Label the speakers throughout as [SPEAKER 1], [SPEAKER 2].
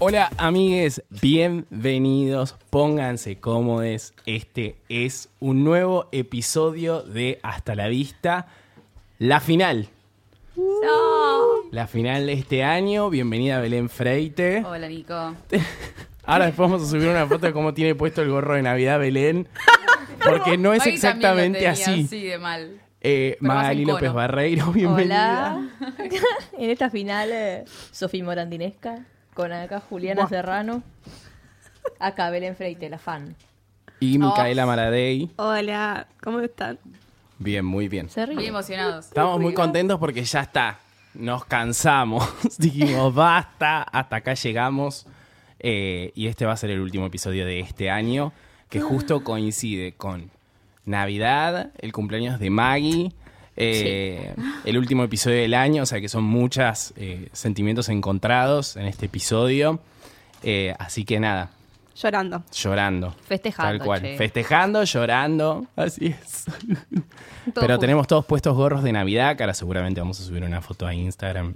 [SPEAKER 1] Hola amigues, bienvenidos, pónganse cómodos. Este es un nuevo episodio de Hasta la Vista, la final.
[SPEAKER 2] Uh.
[SPEAKER 1] La final de este año, bienvenida Belén Freite.
[SPEAKER 2] Hola, Nico.
[SPEAKER 1] Ahora después vamos a subir una foto de cómo tiene puesto el gorro de Navidad Belén, porque no es
[SPEAKER 2] Maggie también
[SPEAKER 1] exactamente
[SPEAKER 2] lo tenía
[SPEAKER 1] así.
[SPEAKER 2] de mal.
[SPEAKER 1] Eh,
[SPEAKER 2] Pero más
[SPEAKER 1] Magali
[SPEAKER 2] en cono.
[SPEAKER 1] López Barreiro, bienvenida.
[SPEAKER 3] Hola. en esta final, eh, Sofía Morandinesca, con acá Juliana Serrano, acá Belén Freite, la fan.
[SPEAKER 1] Y Micaela Maradei.
[SPEAKER 4] Hola, ¿cómo están?
[SPEAKER 1] Bien, muy bien.
[SPEAKER 3] Se
[SPEAKER 2] Muy
[SPEAKER 3] ríe.
[SPEAKER 2] emocionados.
[SPEAKER 1] Estamos muy contentos porque ya está. Nos cansamos. Dijimos, basta, hasta acá llegamos. Eh, y este va a ser el último episodio de este año, que justo coincide con Navidad, el cumpleaños de Maggie, eh, el último episodio del año, o sea que son muchos sentimientos encontrados en este episodio. Eh, así que nada,
[SPEAKER 4] Llorando.
[SPEAKER 1] llorando.
[SPEAKER 3] Festejando,
[SPEAKER 1] Tal cual.
[SPEAKER 3] che.
[SPEAKER 1] Festejando, llorando. Así es.
[SPEAKER 2] Todo
[SPEAKER 1] Pero
[SPEAKER 2] junto.
[SPEAKER 1] tenemos todos puestos gorros de Navidad, que ahora seguramente vamos a subir una foto a Instagram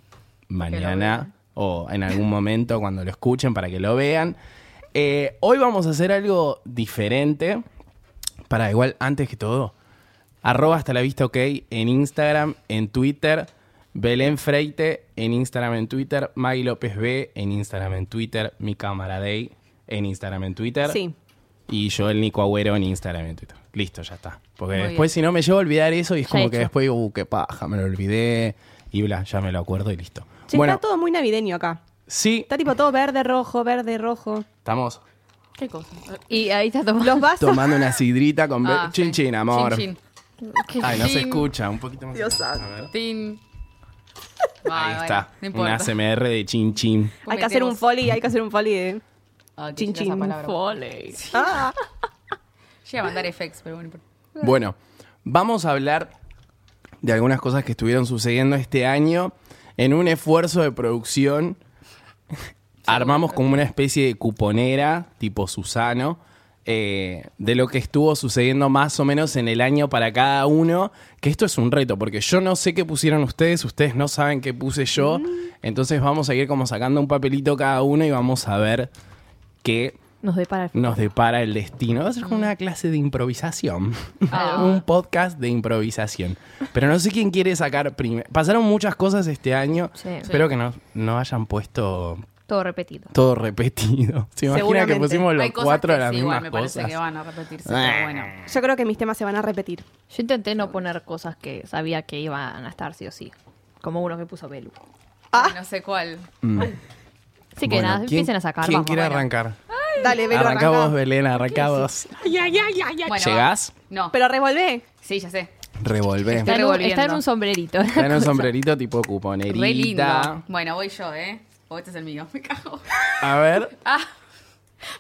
[SPEAKER 1] mañana
[SPEAKER 2] vean.
[SPEAKER 1] o en algún momento cuando lo escuchen para que lo vean. Eh, hoy vamos a hacer algo diferente. Para igual, antes que todo, arroba hasta la vista ok en Instagram, en Twitter, Belén Freite en Instagram, en Twitter, Maggie López B en Instagram, en Twitter, Mi Cámara Day en Instagram, en Twitter.
[SPEAKER 4] Sí.
[SPEAKER 1] Y yo el Nico Agüero en Instagram y en Twitter. Listo, ya está. Porque
[SPEAKER 2] Muy
[SPEAKER 1] después si no me llevo a olvidar eso y es
[SPEAKER 3] Ya
[SPEAKER 1] como que
[SPEAKER 3] hecho.
[SPEAKER 1] después digo, uh, qué paja, me lo olvidé. Y bla, ya me lo acuerdo y listo.
[SPEAKER 4] Che,
[SPEAKER 1] bueno,
[SPEAKER 4] está todo muy navideño acá.
[SPEAKER 1] sí,
[SPEAKER 4] Está tipo todo verde, rojo, verde, rojo.
[SPEAKER 1] estamos
[SPEAKER 2] ¿Qué cosa?
[SPEAKER 3] Y ahí está tomando.
[SPEAKER 4] Los vasos.
[SPEAKER 1] tomando una sidrita con... be-
[SPEAKER 2] Ah,
[SPEAKER 1] chin,
[SPEAKER 2] sí.
[SPEAKER 1] chin, amor.
[SPEAKER 2] Chin,
[SPEAKER 1] Ay, no se
[SPEAKER 2] Chin.
[SPEAKER 1] escucha, un poquito más.
[SPEAKER 4] Dios
[SPEAKER 1] acá.
[SPEAKER 4] santo.
[SPEAKER 1] A ver.
[SPEAKER 2] chin. Tin.
[SPEAKER 1] Ahí
[SPEAKER 2] Bueno,
[SPEAKER 1] está,
[SPEAKER 2] No
[SPEAKER 1] una
[SPEAKER 2] importa.
[SPEAKER 1] ASMR de chin chin.
[SPEAKER 4] Hay que hacer un folly, hay que hacer un folly de...
[SPEAKER 2] Ah, qué
[SPEAKER 4] Chin,
[SPEAKER 2] chica esa
[SPEAKER 4] chin,
[SPEAKER 2] palabra.
[SPEAKER 4] foley. Ah,
[SPEAKER 2] Llega a mandar effects, pero bueno. no importa.
[SPEAKER 1] Bueno, vamos a hablar de algunas cosas que estuvieron sucediendo este año en un esfuerzo de producción. Armamos como una especie de cuponera, tipo Susano, eh, de lo que estuvo sucediendo más o menos en el año para cada uno. Que esto es un reto, porque yo no sé qué pusieron ustedes, ustedes no saben qué puse yo. Entonces vamos a ir como sacando un papelito cada uno y vamos a ver qué
[SPEAKER 3] Nos depara el
[SPEAKER 1] nos depara el destino. Va a ser como una clase de improvisación.
[SPEAKER 2] Ah.
[SPEAKER 1] un podcast de improvisación. Pero no sé quién quiere sacar primero. Pasaron muchas cosas este año.
[SPEAKER 3] Sí.
[SPEAKER 1] Espero que no, no hayan puesto
[SPEAKER 3] Todo repetido.
[SPEAKER 1] todo repetido. Se imagina que
[SPEAKER 4] Seguramente.
[SPEAKER 1] pusimos los
[SPEAKER 2] Hay cosas
[SPEAKER 1] cuatro
[SPEAKER 2] que
[SPEAKER 1] de las
[SPEAKER 2] sí, igual
[SPEAKER 1] mismas
[SPEAKER 2] me parece
[SPEAKER 1] cosas. Ah.
[SPEAKER 2] que van a repetirse, pero bueno.
[SPEAKER 4] yo creo que mis temas se van a repetir.
[SPEAKER 3] Yo intenté no poner cosas que sabía que iban a estar sí o sí. Como uno que puso Belu. Ah.
[SPEAKER 2] No sé
[SPEAKER 3] Así
[SPEAKER 2] cuál.
[SPEAKER 3] que
[SPEAKER 1] Mm. Bueno,
[SPEAKER 3] nada,
[SPEAKER 1] ¿quién-
[SPEAKER 3] empiecen a sacar.
[SPEAKER 1] ¿Quién
[SPEAKER 3] vamos,
[SPEAKER 1] quiere
[SPEAKER 3] bueno.
[SPEAKER 1] arrancar?
[SPEAKER 4] Dale, Belu,
[SPEAKER 1] arrancá
[SPEAKER 4] arrancá.
[SPEAKER 1] vos, Belén, arrancá vos.
[SPEAKER 4] Ay, ay, ay, ay, ay.
[SPEAKER 2] Bueno,
[SPEAKER 1] ¿Llegás?
[SPEAKER 2] No.
[SPEAKER 4] Pero revolvé.
[SPEAKER 2] Sí, ya sé.
[SPEAKER 1] Revolvé.
[SPEAKER 3] Está en, un,
[SPEAKER 2] Revolviendo.
[SPEAKER 3] está en un sombrerito.
[SPEAKER 1] Está en un sombrerito tipo
[SPEAKER 2] Re lindo.
[SPEAKER 1] cuponerita.
[SPEAKER 2] Bueno, voy yo, ¿eh? O este es el mío. Me cago.
[SPEAKER 1] A ver.
[SPEAKER 2] Ah,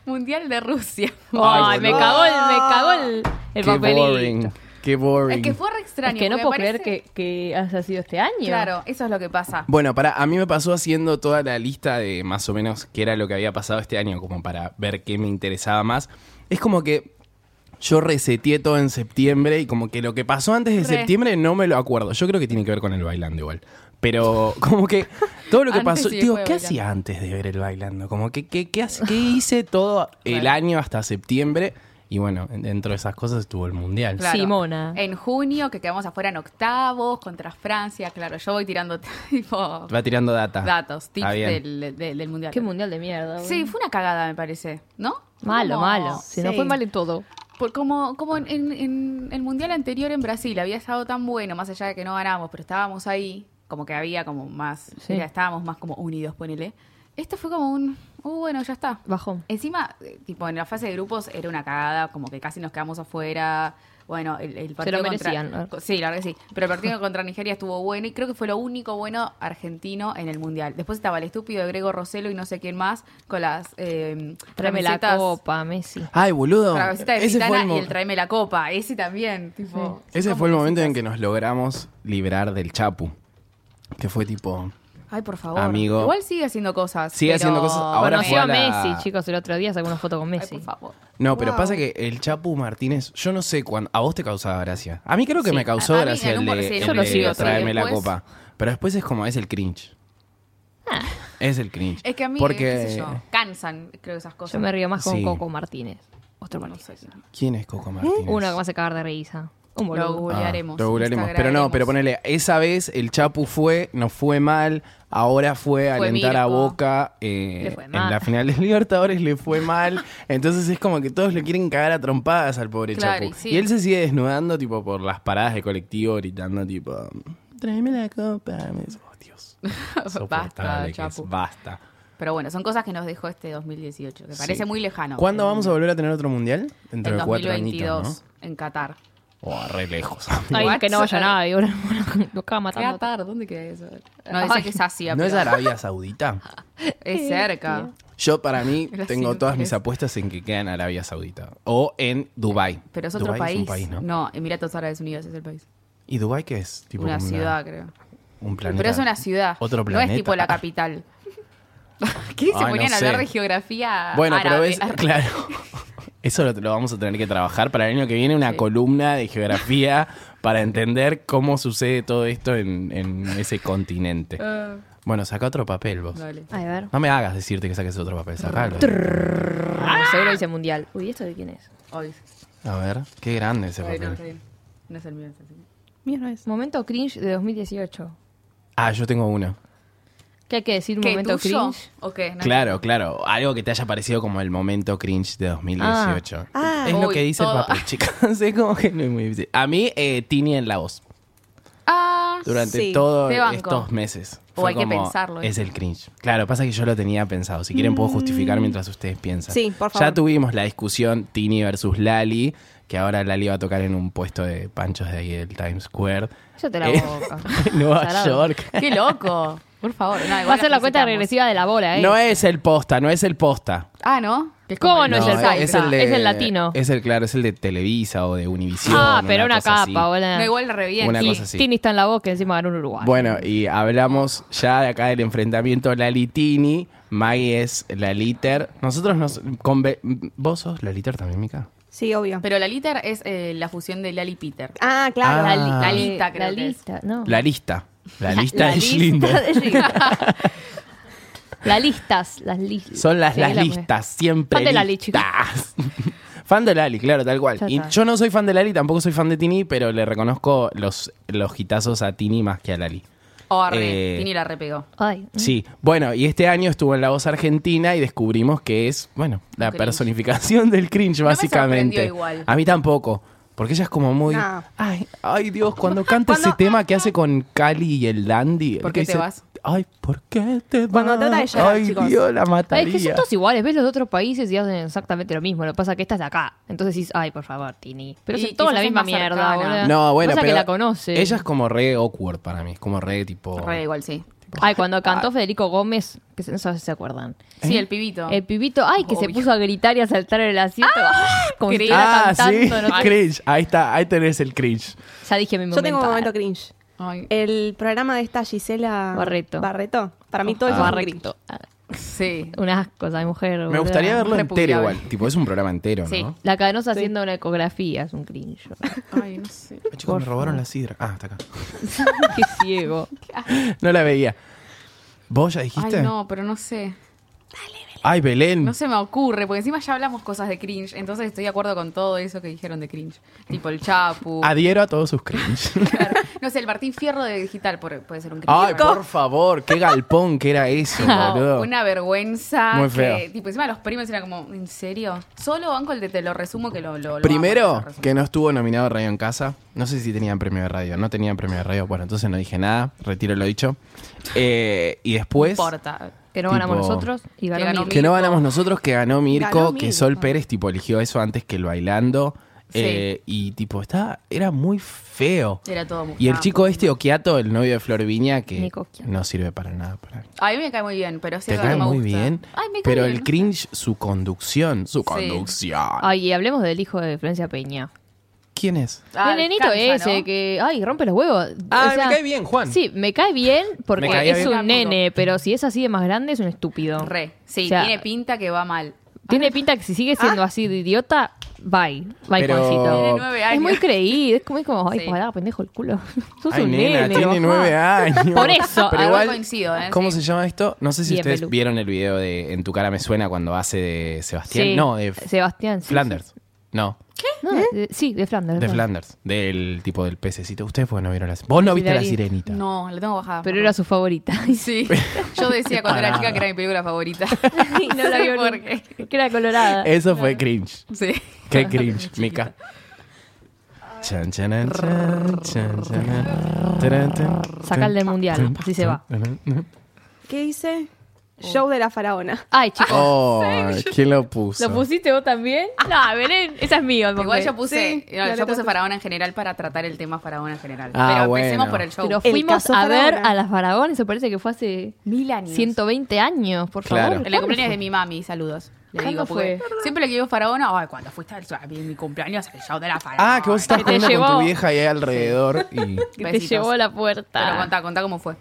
[SPEAKER 2] Mundial de Rusia.
[SPEAKER 3] Ay, me
[SPEAKER 1] boludo.
[SPEAKER 3] cagó el, me cagó el, el
[SPEAKER 1] Qué
[SPEAKER 3] papelito.
[SPEAKER 1] boring. Qué boring.
[SPEAKER 2] Es que fue re extraño.
[SPEAKER 3] Es que no
[SPEAKER 2] porque
[SPEAKER 3] puedo
[SPEAKER 2] parece-
[SPEAKER 3] creer que, que haya sido este año.
[SPEAKER 2] Claro, eso es lo que pasa.
[SPEAKER 1] Bueno, para a mí me pasó haciendo toda la lista de más o menos qué era lo que había pasado este año, como para ver qué me interesaba más. Es como que yo reseteé todo en septiembre y como que lo que pasó antes de
[SPEAKER 2] Re.
[SPEAKER 1] septiembre no me lo acuerdo. Yo creo que tiene que ver con el bailando igual. Pero como que todo lo que
[SPEAKER 2] Antes
[SPEAKER 1] pasó,
[SPEAKER 2] y
[SPEAKER 1] digo,
[SPEAKER 2] después
[SPEAKER 1] ¿qué
[SPEAKER 2] de Bailando.
[SPEAKER 1] hacía antes de ver el bailando? Como que qué, qué hace- qué hice todo el
[SPEAKER 2] Claro.
[SPEAKER 1] año hasta septiembre. Y bueno, dentro de esas cosas estuvo el mundial.
[SPEAKER 2] Claro.
[SPEAKER 3] Simona.
[SPEAKER 2] En junio, que quedamos afuera en octavos contra Francia. Claro, yo voy tirando tipo
[SPEAKER 1] Va tirando data.
[SPEAKER 2] datos, tips
[SPEAKER 1] Ah, Está bien.
[SPEAKER 2] del, de- del mundial.
[SPEAKER 3] Qué mundial de mierda.
[SPEAKER 2] sí,
[SPEAKER 3] boludo.
[SPEAKER 2] fue una cagada, me parece, ¿no?
[SPEAKER 3] Malo,
[SPEAKER 2] Como-
[SPEAKER 3] malo. Si no
[SPEAKER 4] Sí.
[SPEAKER 3] fue mal en todo.
[SPEAKER 2] Por como como en, en- en el mundial anterior en Brasil había estado tan bueno, más allá de que no ganamos, pero estábamos ahí, como que había como más,
[SPEAKER 3] Sí.
[SPEAKER 2] era, estábamos más como unidos, ponele. Esto fue como un, uh, bueno, ya está.
[SPEAKER 3] Bajón.
[SPEAKER 2] Encima, eh, tipo, en la fase de grupos era una cagada, como que casi nos quedamos afuera. Bueno, el, el partido
[SPEAKER 3] lo
[SPEAKER 2] contra-
[SPEAKER 3] merecían, ¿no?
[SPEAKER 2] co- Sí, la verdad que sí. Pero el partido contra Nigeria estuvo bueno y creo que fue lo único bueno argentino en el Mundial. Después estaba el estúpido de Grego Roselo y no sé quién más con las eh,
[SPEAKER 3] Tráeme la
[SPEAKER 2] camisetas-
[SPEAKER 3] copa, Messi.
[SPEAKER 1] Ay, boludo.
[SPEAKER 2] la camiseta de
[SPEAKER 1] Ese fue
[SPEAKER 2] Pitana
[SPEAKER 1] el
[SPEAKER 2] y
[SPEAKER 1] mo-
[SPEAKER 2] el tráeme la copa. Ese también, tipo.
[SPEAKER 1] Ese
[SPEAKER 2] ¿cómo
[SPEAKER 1] fue el
[SPEAKER 2] que
[SPEAKER 1] momento
[SPEAKER 2] se
[SPEAKER 1] en que nos logramos liberar del Chapu. Que fue tipo.
[SPEAKER 2] pasa? Ay, por favor.
[SPEAKER 1] Amigo.
[SPEAKER 2] Igual sigue haciendo cosas.
[SPEAKER 1] Sigue
[SPEAKER 2] pero-
[SPEAKER 1] haciendo cosas, ahora
[SPEAKER 3] Conoció a
[SPEAKER 1] juega la-
[SPEAKER 3] Messi, chicos, el otro día sacó una foto con
[SPEAKER 2] Ay,
[SPEAKER 3] Messi.
[SPEAKER 2] por favor.
[SPEAKER 1] No, pero
[SPEAKER 4] Wow.
[SPEAKER 1] pasa que el Chapu Martínez, yo no sé cuándo. A vos te causaba gracia. A mí creo que
[SPEAKER 3] Sí,
[SPEAKER 1] me causó
[SPEAKER 2] a- a mí
[SPEAKER 1] gracia
[SPEAKER 2] en
[SPEAKER 1] el
[SPEAKER 2] un-
[SPEAKER 1] de,
[SPEAKER 2] sí,
[SPEAKER 1] el
[SPEAKER 2] yo lo
[SPEAKER 1] de
[SPEAKER 2] sigo, sí,
[SPEAKER 1] tráeme la
[SPEAKER 2] después-
[SPEAKER 1] copa. Pero después es como es el cringe. Es el cringe.
[SPEAKER 2] Ah. Es que a mí,
[SPEAKER 1] Porque...
[SPEAKER 2] qué sé yo, cansan, creo, esas cosas.
[SPEAKER 5] Yo me río más con
[SPEAKER 1] Sí.
[SPEAKER 5] Coco Martínez. Otro
[SPEAKER 2] No
[SPEAKER 5] Martínez.
[SPEAKER 2] sé.
[SPEAKER 1] ¿Quién es
[SPEAKER 2] ¿Eh?
[SPEAKER 1] Coco Martínez?
[SPEAKER 5] Uno que me hace cagar de risa. Un
[SPEAKER 2] Lo
[SPEAKER 5] boludo.
[SPEAKER 2] googlearemos.
[SPEAKER 1] Ah, lo googlearemos. Pero no, pero ponele, esa vez el Chapu fue, nos fue mal, ahora fue a
[SPEAKER 2] Fue
[SPEAKER 1] alentar a
[SPEAKER 2] Mirko.
[SPEAKER 1] Boca eh,
[SPEAKER 5] Le fue
[SPEAKER 1] en
[SPEAKER 5] mal.
[SPEAKER 1] la final de Libertadores, le fue mal. Entonces es como que todos le quieren cagar a trompadas al pobre
[SPEAKER 2] Claro,
[SPEAKER 1] Chapu.
[SPEAKER 2] y sí.
[SPEAKER 1] Y él se sigue desnudando, tipo, por las paradas de colectivo, gritando, tipo, tráeme la copa. Me dice, oh, Dios. Soportable que
[SPEAKER 2] Basta,
[SPEAKER 1] es,
[SPEAKER 2] Chapu.
[SPEAKER 1] Basta.
[SPEAKER 2] Pero bueno, son cosas que nos dejó este 2018, que parece
[SPEAKER 1] Sí.
[SPEAKER 2] muy lejano.
[SPEAKER 1] ¿Cuándo
[SPEAKER 2] En-
[SPEAKER 1] vamos a volver a tener otro mundial?
[SPEAKER 2] En
[SPEAKER 1] Dentro de cuatro
[SPEAKER 2] 2022,
[SPEAKER 1] añitos,
[SPEAKER 2] en Qatar.
[SPEAKER 1] ¿no? Oh, re lejos.
[SPEAKER 5] Ay,
[SPEAKER 2] What?
[SPEAKER 5] que no vaya nada, digo, lo acaba matando.
[SPEAKER 2] Qatar, ¿dónde queda eso? No, dice que es Asia,
[SPEAKER 1] ¿No es
[SPEAKER 2] pero
[SPEAKER 1] Arabia Saudita?
[SPEAKER 2] es cerca.
[SPEAKER 1] Yo para mí
[SPEAKER 2] Los
[SPEAKER 1] tengo todas mis
[SPEAKER 2] simples.
[SPEAKER 1] apuestas en que queda en Arabia Saudita o en Dubai.
[SPEAKER 2] Pero es otro
[SPEAKER 1] Dubái
[SPEAKER 2] país.
[SPEAKER 1] un país, ¿no?
[SPEAKER 2] Emiratos Árabes Unidos es el país.
[SPEAKER 1] ¿Y Dubai qué es? Tipo
[SPEAKER 2] una
[SPEAKER 1] como
[SPEAKER 2] ciudad, creo.
[SPEAKER 1] un planeta.
[SPEAKER 2] Pero es una ciudad.
[SPEAKER 1] Otro
[SPEAKER 2] No
[SPEAKER 1] planeta. Ah.
[SPEAKER 2] es tipo la capital. ¿Qué? Se
[SPEAKER 1] Ay, no
[SPEAKER 2] ponían a
[SPEAKER 1] sé.
[SPEAKER 2] hablar de geografía
[SPEAKER 1] Bueno, pero
[SPEAKER 2] árabe.
[SPEAKER 1] ves, claro. Eso lo, lo vamos a tener que trabajar para el año que viene, una
[SPEAKER 2] Sí.
[SPEAKER 1] columna de geografía para entender cómo sucede todo esto en, en ese continente.
[SPEAKER 2] Ah,
[SPEAKER 1] Bueno, saca otro papel vos.
[SPEAKER 2] dale.
[SPEAKER 5] A ver.
[SPEAKER 1] No me hagas decirte que saques otro papel, sacalo.
[SPEAKER 5] Seguro dice mundial. Uy, ¿esto de quién es?
[SPEAKER 2] Hoy.
[SPEAKER 1] A ver, qué grande ese
[SPEAKER 2] Ay, no,
[SPEAKER 1] papel.
[SPEAKER 2] está bien. No es el mío. ese, sí.
[SPEAKER 4] Mío no es.
[SPEAKER 5] Momento cringe de 2018.
[SPEAKER 1] Ah, yo tengo uno.
[SPEAKER 5] ¿Qué hay que decir? Un momento
[SPEAKER 2] tuyo?
[SPEAKER 5] cringe.
[SPEAKER 2] ¿O qué? No.
[SPEAKER 1] Claro, claro. Algo que te haya parecido como el momento cringe de 2018.
[SPEAKER 4] Ah. Ah.
[SPEAKER 1] es lo
[SPEAKER 2] Uy,
[SPEAKER 1] que dice
[SPEAKER 2] todo.
[SPEAKER 1] el papel, chicas. es como que no es muy difícil. A mí, eh, Tini en la voz.
[SPEAKER 2] Ah,
[SPEAKER 1] Durante
[SPEAKER 4] Sí,
[SPEAKER 1] todos
[SPEAKER 2] te banco.
[SPEAKER 1] estos meses.
[SPEAKER 2] O
[SPEAKER 1] Fue
[SPEAKER 2] hay que
[SPEAKER 1] como,
[SPEAKER 2] pensarlo, ¿eh?
[SPEAKER 1] Es el cringe. Claro, pasa que yo lo tenía pensado. Si quieren, puedo justificar mientras ustedes piensan.
[SPEAKER 4] Sí, por
[SPEAKER 1] Ya
[SPEAKER 4] favor.
[SPEAKER 1] tuvimos la discusión Tini versus Lali, que ahora Lali va a tocar en un puesto de panchos de ahí del Times Square.
[SPEAKER 5] Yo te la
[SPEAKER 1] Eh,
[SPEAKER 5] boca.
[SPEAKER 1] Nueva
[SPEAKER 5] Salado.
[SPEAKER 1] York.
[SPEAKER 2] qué loco. Por favor. no, igual
[SPEAKER 5] Va a ser la
[SPEAKER 2] las
[SPEAKER 5] cuenta
[SPEAKER 2] felicitamos.
[SPEAKER 5] regresiva de la bola, ¿eh?
[SPEAKER 1] No es el posta, no es el posta.
[SPEAKER 2] Ah, ¿no? Que es
[SPEAKER 5] ¿Cómo
[SPEAKER 2] como
[SPEAKER 5] no es el
[SPEAKER 2] Saifa.
[SPEAKER 5] Saifa?
[SPEAKER 1] de-
[SPEAKER 5] Es el latino.
[SPEAKER 1] Es el, claro, es el de Televisa o de Univision.
[SPEAKER 5] ah, pero una,
[SPEAKER 1] cosa
[SPEAKER 5] capa,
[SPEAKER 1] así.
[SPEAKER 5] hola.
[SPEAKER 2] No, igual re bien.
[SPEAKER 1] Una
[SPEAKER 2] Sí.
[SPEAKER 1] cosa así.
[SPEAKER 5] Tini está en la boca, encima ganó un Uruguay.
[SPEAKER 1] Bueno, y hablamos ya de acá del enfrentamiento Lalitini. Maggie es la liter. Nosotros nos. conve- ¿Vos sos la liter también, Mica?
[SPEAKER 4] Sí, obvio.
[SPEAKER 2] Pero la liter es eh, la fusión de Lali Peter.
[SPEAKER 4] ah, claro.
[SPEAKER 1] Ah.
[SPEAKER 5] li-
[SPEAKER 2] La lista, creo
[SPEAKER 5] La
[SPEAKER 2] que es.
[SPEAKER 5] lista, no.
[SPEAKER 1] La lista. La lista
[SPEAKER 5] la
[SPEAKER 1] de Schlinder.
[SPEAKER 5] de Schindler. Las listas, las listas.
[SPEAKER 1] Son las,
[SPEAKER 5] Sí,
[SPEAKER 1] las
[SPEAKER 5] la-
[SPEAKER 1] listas, siempre.
[SPEAKER 5] Fan de Lali,
[SPEAKER 1] listas. fan de Lali, claro, tal cual.
[SPEAKER 5] Ya
[SPEAKER 1] Y
[SPEAKER 5] está.
[SPEAKER 1] yo no soy fan de Lali, tampoco soy fan de Tini, pero le reconozco los, los hitazos a Tini más que a Lali.
[SPEAKER 2] O arre.
[SPEAKER 1] Eh,
[SPEAKER 2] Tini la repegó.
[SPEAKER 5] Ay, mm.
[SPEAKER 1] Sí, bueno, y este año estuvo en La Voz Argentina y descubrimos que es, bueno, la
[SPEAKER 2] cringe.
[SPEAKER 1] personificación del cringe,
[SPEAKER 2] me
[SPEAKER 1] básicamente.
[SPEAKER 2] sorprendió igual.
[SPEAKER 1] A mí tampoco, porque ella es como muy...
[SPEAKER 4] No.
[SPEAKER 1] Ay, ay, Dios, cuando canta ese tema que hace con Cali y el Dandy.
[SPEAKER 2] ¿Por
[SPEAKER 1] el que
[SPEAKER 2] qué te vas?
[SPEAKER 1] Ay, ¿por qué te vas?
[SPEAKER 4] Cuando trata de llorar,
[SPEAKER 1] Ay,
[SPEAKER 4] chicos.
[SPEAKER 1] Dios, la mataría.
[SPEAKER 5] Ay, es que son todos iguales, ves los de otros países y hacen exactamente lo mismo. Lo que pasa es que esta es de acá. Entonces dices, ay, por favor, Tini. Pero
[SPEAKER 2] Y
[SPEAKER 5] son todos la
[SPEAKER 2] quizás es
[SPEAKER 5] misma
[SPEAKER 2] más
[SPEAKER 5] mierda,
[SPEAKER 2] cercana.
[SPEAKER 5] boludo.
[SPEAKER 1] No, bueno,
[SPEAKER 5] Pasa
[SPEAKER 1] pero
[SPEAKER 5] que la conoce.
[SPEAKER 1] ella es como re awkward para mí, es como re tipo...
[SPEAKER 2] Re igual, sí.
[SPEAKER 5] Ay, cuando cantó
[SPEAKER 1] Ah.
[SPEAKER 5] Federico Gómez, que se- no sé si se acuerdan.
[SPEAKER 1] ¿Eh?
[SPEAKER 2] Sí, el pibito.
[SPEAKER 5] El pibito, ay, que se
[SPEAKER 2] Obvio. Ah,
[SPEAKER 5] puso a gritar y a saltar en el asiento. como si
[SPEAKER 2] cringe.
[SPEAKER 5] estuviera
[SPEAKER 1] Ah, sí,
[SPEAKER 5] cantando, no sé.
[SPEAKER 1] cringe. Ahí está, ahí tenés el cringe.
[SPEAKER 5] Ya dije mi momento.
[SPEAKER 4] Yo tengo un momento cringe.
[SPEAKER 2] Ay,
[SPEAKER 4] El programa de esta Gisela
[SPEAKER 5] Barreto.
[SPEAKER 4] Barreto. Para
[SPEAKER 2] Oh.
[SPEAKER 4] mí todo eso es un cringe.
[SPEAKER 5] Correcto.
[SPEAKER 2] sí.
[SPEAKER 5] Ah. Un asco esa mujer.
[SPEAKER 1] Me
[SPEAKER 5] boluda.
[SPEAKER 1] gustaría verlo entero
[SPEAKER 2] Repudiable.
[SPEAKER 1] igual. Tipo, es un programa entero,
[SPEAKER 2] Sí.
[SPEAKER 1] ¿no?
[SPEAKER 5] La cadenosa haciendo una ecografía, es un cringe.
[SPEAKER 2] Ay, no sé.
[SPEAKER 1] Ay, chicos, me robaron la sidra. Ah, está acá.
[SPEAKER 5] Qué ciego.
[SPEAKER 1] No la veía. ¿Vos ya dijiste?
[SPEAKER 2] Ay, no, pero no sé.
[SPEAKER 1] Ay, Belén.
[SPEAKER 2] No se me ocurre, porque encima ya hablamos cosas de cringe, entonces estoy de acuerdo con todo eso que dijeron de cringe. Tipo el Chapu.
[SPEAKER 1] Adhiero a todos sus cringe.
[SPEAKER 2] No sé, el Martín Fierro de Digital por- puede ser un cringe.
[SPEAKER 1] Ay, por favor, qué galpón que era eso,
[SPEAKER 2] No,
[SPEAKER 1] boludo.
[SPEAKER 2] una vergüenza.
[SPEAKER 1] Muy feo.
[SPEAKER 2] que, tipo, encima los primos era como, ¿en serio? Solo banco el de te lo resumo que lo. lo- lo amo, te lo
[SPEAKER 1] Primero,
[SPEAKER 2] resumo.
[SPEAKER 1] que no estuvo nominado Radio en Casa. No sé si tenían premio de radio. No tenían premio de radio. Bueno, entonces no dije nada. Retiro lo dicho. Eh, y después...
[SPEAKER 2] No importa.
[SPEAKER 5] Que no
[SPEAKER 1] Tipo-
[SPEAKER 5] ganamos nosotros y ganó
[SPEAKER 2] ganó
[SPEAKER 5] Mirko.
[SPEAKER 1] Que no ganamos nosotros, que ganó Mirko,
[SPEAKER 4] Ganó
[SPEAKER 1] que
[SPEAKER 4] Mirko.
[SPEAKER 1] Sol Pérez tipo eligió eso antes que el bailando.
[SPEAKER 2] Sí.
[SPEAKER 1] eh, y tipo, está, era muy feo.
[SPEAKER 2] Era todo
[SPEAKER 1] Y el
[SPEAKER 2] mojado.
[SPEAKER 1] chico este, Okiato, el novio de Flor Viña, que
[SPEAKER 5] Nico Occhiato.
[SPEAKER 1] no sirve para nada para mí.
[SPEAKER 2] A mí me cae muy bien, pero sí
[SPEAKER 1] Te
[SPEAKER 2] es algo
[SPEAKER 1] cae
[SPEAKER 2] que me
[SPEAKER 1] muy
[SPEAKER 2] gusta.
[SPEAKER 1] bien,
[SPEAKER 2] Ay, me cae
[SPEAKER 1] pero
[SPEAKER 2] bien,
[SPEAKER 1] el
[SPEAKER 2] no
[SPEAKER 1] cringe, su conducción, su
[SPEAKER 2] Sí.
[SPEAKER 1] conducción.
[SPEAKER 5] Ay, y hablemos del hijo de Florencia Peña.
[SPEAKER 1] ¿Quién es?
[SPEAKER 2] sé. Ah,
[SPEAKER 5] el nenito
[SPEAKER 2] cansa,
[SPEAKER 5] ese
[SPEAKER 2] ¿no?
[SPEAKER 5] que, ay, rompe los huevos. O
[SPEAKER 1] Ah, me
[SPEAKER 5] sea,
[SPEAKER 1] cae bien, Juan.
[SPEAKER 5] Sí, me cae bien porque
[SPEAKER 1] Me caía
[SPEAKER 5] es
[SPEAKER 1] bien.
[SPEAKER 5] un nene, pero si es así de más grande es un estúpido.
[SPEAKER 2] Re. Ah. Sí,
[SPEAKER 5] O sea,
[SPEAKER 2] tiene pinta que va mal.
[SPEAKER 5] Tiene pinta que si sigue siendo así de idiota, bye. Bye,
[SPEAKER 1] Pero-
[SPEAKER 5] Juancito.
[SPEAKER 2] Tiene nueve años.
[SPEAKER 5] Es muy creído, es como, es como ay,
[SPEAKER 2] Sí.
[SPEAKER 5] pará, pendejo el culo. Sos
[SPEAKER 1] Ay,
[SPEAKER 5] un
[SPEAKER 1] nena,
[SPEAKER 5] nene.
[SPEAKER 1] tiene
[SPEAKER 5] bajá.
[SPEAKER 1] nueve años.
[SPEAKER 5] Por eso, ah,
[SPEAKER 1] Pero
[SPEAKER 2] algo
[SPEAKER 1] igual,
[SPEAKER 2] coincido, ¿eh?
[SPEAKER 1] ¿Cómo
[SPEAKER 2] Sí.
[SPEAKER 1] se llama esto? No sé si
[SPEAKER 5] Bien,
[SPEAKER 1] ustedes
[SPEAKER 5] Belu.
[SPEAKER 1] vieron el video de En tu cara me suena cuando hace de Sebastián.
[SPEAKER 5] Sí,
[SPEAKER 1] No, de
[SPEAKER 5] Sebastián. sí,
[SPEAKER 1] Flanders. No,
[SPEAKER 5] sí. No, de- sí, de Flanders.
[SPEAKER 1] de
[SPEAKER 5] no.
[SPEAKER 1] Flanders. Del tipo del pececito. Ustedes porque no vieron la Vos no viste la
[SPEAKER 5] Hilary.
[SPEAKER 1] sirenita.
[SPEAKER 2] No, la tengo bajada.
[SPEAKER 5] Pero era su favorita.
[SPEAKER 2] Sí. Yo decía cuando era chica que era mi película favorita.
[SPEAKER 5] y no la
[SPEAKER 2] Sí,
[SPEAKER 5] vio
[SPEAKER 2] ¿por
[SPEAKER 5] nunca,
[SPEAKER 2] qué?
[SPEAKER 5] Que era colorada.
[SPEAKER 1] Eso fue cringe.
[SPEAKER 2] Sí.
[SPEAKER 1] Qué cringe, Mica. Chan, chan, chan, chan, chan, taran, tan,
[SPEAKER 5] Sacal del mundial,
[SPEAKER 1] tan,
[SPEAKER 5] así se va.
[SPEAKER 1] tan, tan.
[SPEAKER 4] ¿Qué dice?
[SPEAKER 2] Oh.
[SPEAKER 4] Show de la faraona.
[SPEAKER 5] Ay, chicos.
[SPEAKER 1] Oh, ¿quién lo puso?
[SPEAKER 3] ¿Lo pusiste vos también?
[SPEAKER 5] Ah. No, Belén, esa es mía.
[SPEAKER 2] Igual yo puse,
[SPEAKER 4] Sí,
[SPEAKER 2] no,
[SPEAKER 4] dale,
[SPEAKER 2] yo puse
[SPEAKER 4] tú.
[SPEAKER 2] faraona en general para tratar el tema faraona en general.
[SPEAKER 1] Ah,
[SPEAKER 2] Pero
[SPEAKER 1] bueno.
[SPEAKER 2] empecemos por el show.
[SPEAKER 5] Pero
[SPEAKER 4] El
[SPEAKER 5] fuimos
[SPEAKER 4] caso
[SPEAKER 5] a ver
[SPEAKER 4] Faraona.
[SPEAKER 5] a las Faraón, eso parece que fue hace
[SPEAKER 2] mil años.
[SPEAKER 5] 120 años, por
[SPEAKER 1] Claro.
[SPEAKER 5] favor.
[SPEAKER 2] En el cumpleaños de mi mami, saludos. Le
[SPEAKER 5] ¿Cuándo
[SPEAKER 2] digo, porque
[SPEAKER 5] fue?
[SPEAKER 2] siempre le digo faraona, ay, cuando fuiste al a mí en mi cumpleaños, el show de la faraona.
[SPEAKER 1] Ah, que vos estás
[SPEAKER 5] Que te
[SPEAKER 1] comiendo con
[SPEAKER 5] llevó.
[SPEAKER 1] tu vieja ahí alrededor y...
[SPEAKER 5] Que te
[SPEAKER 2] Besitos.
[SPEAKER 5] llevó a la
[SPEAKER 2] Pero
[SPEAKER 5] puerta.
[SPEAKER 2] contá, contá cómo fue.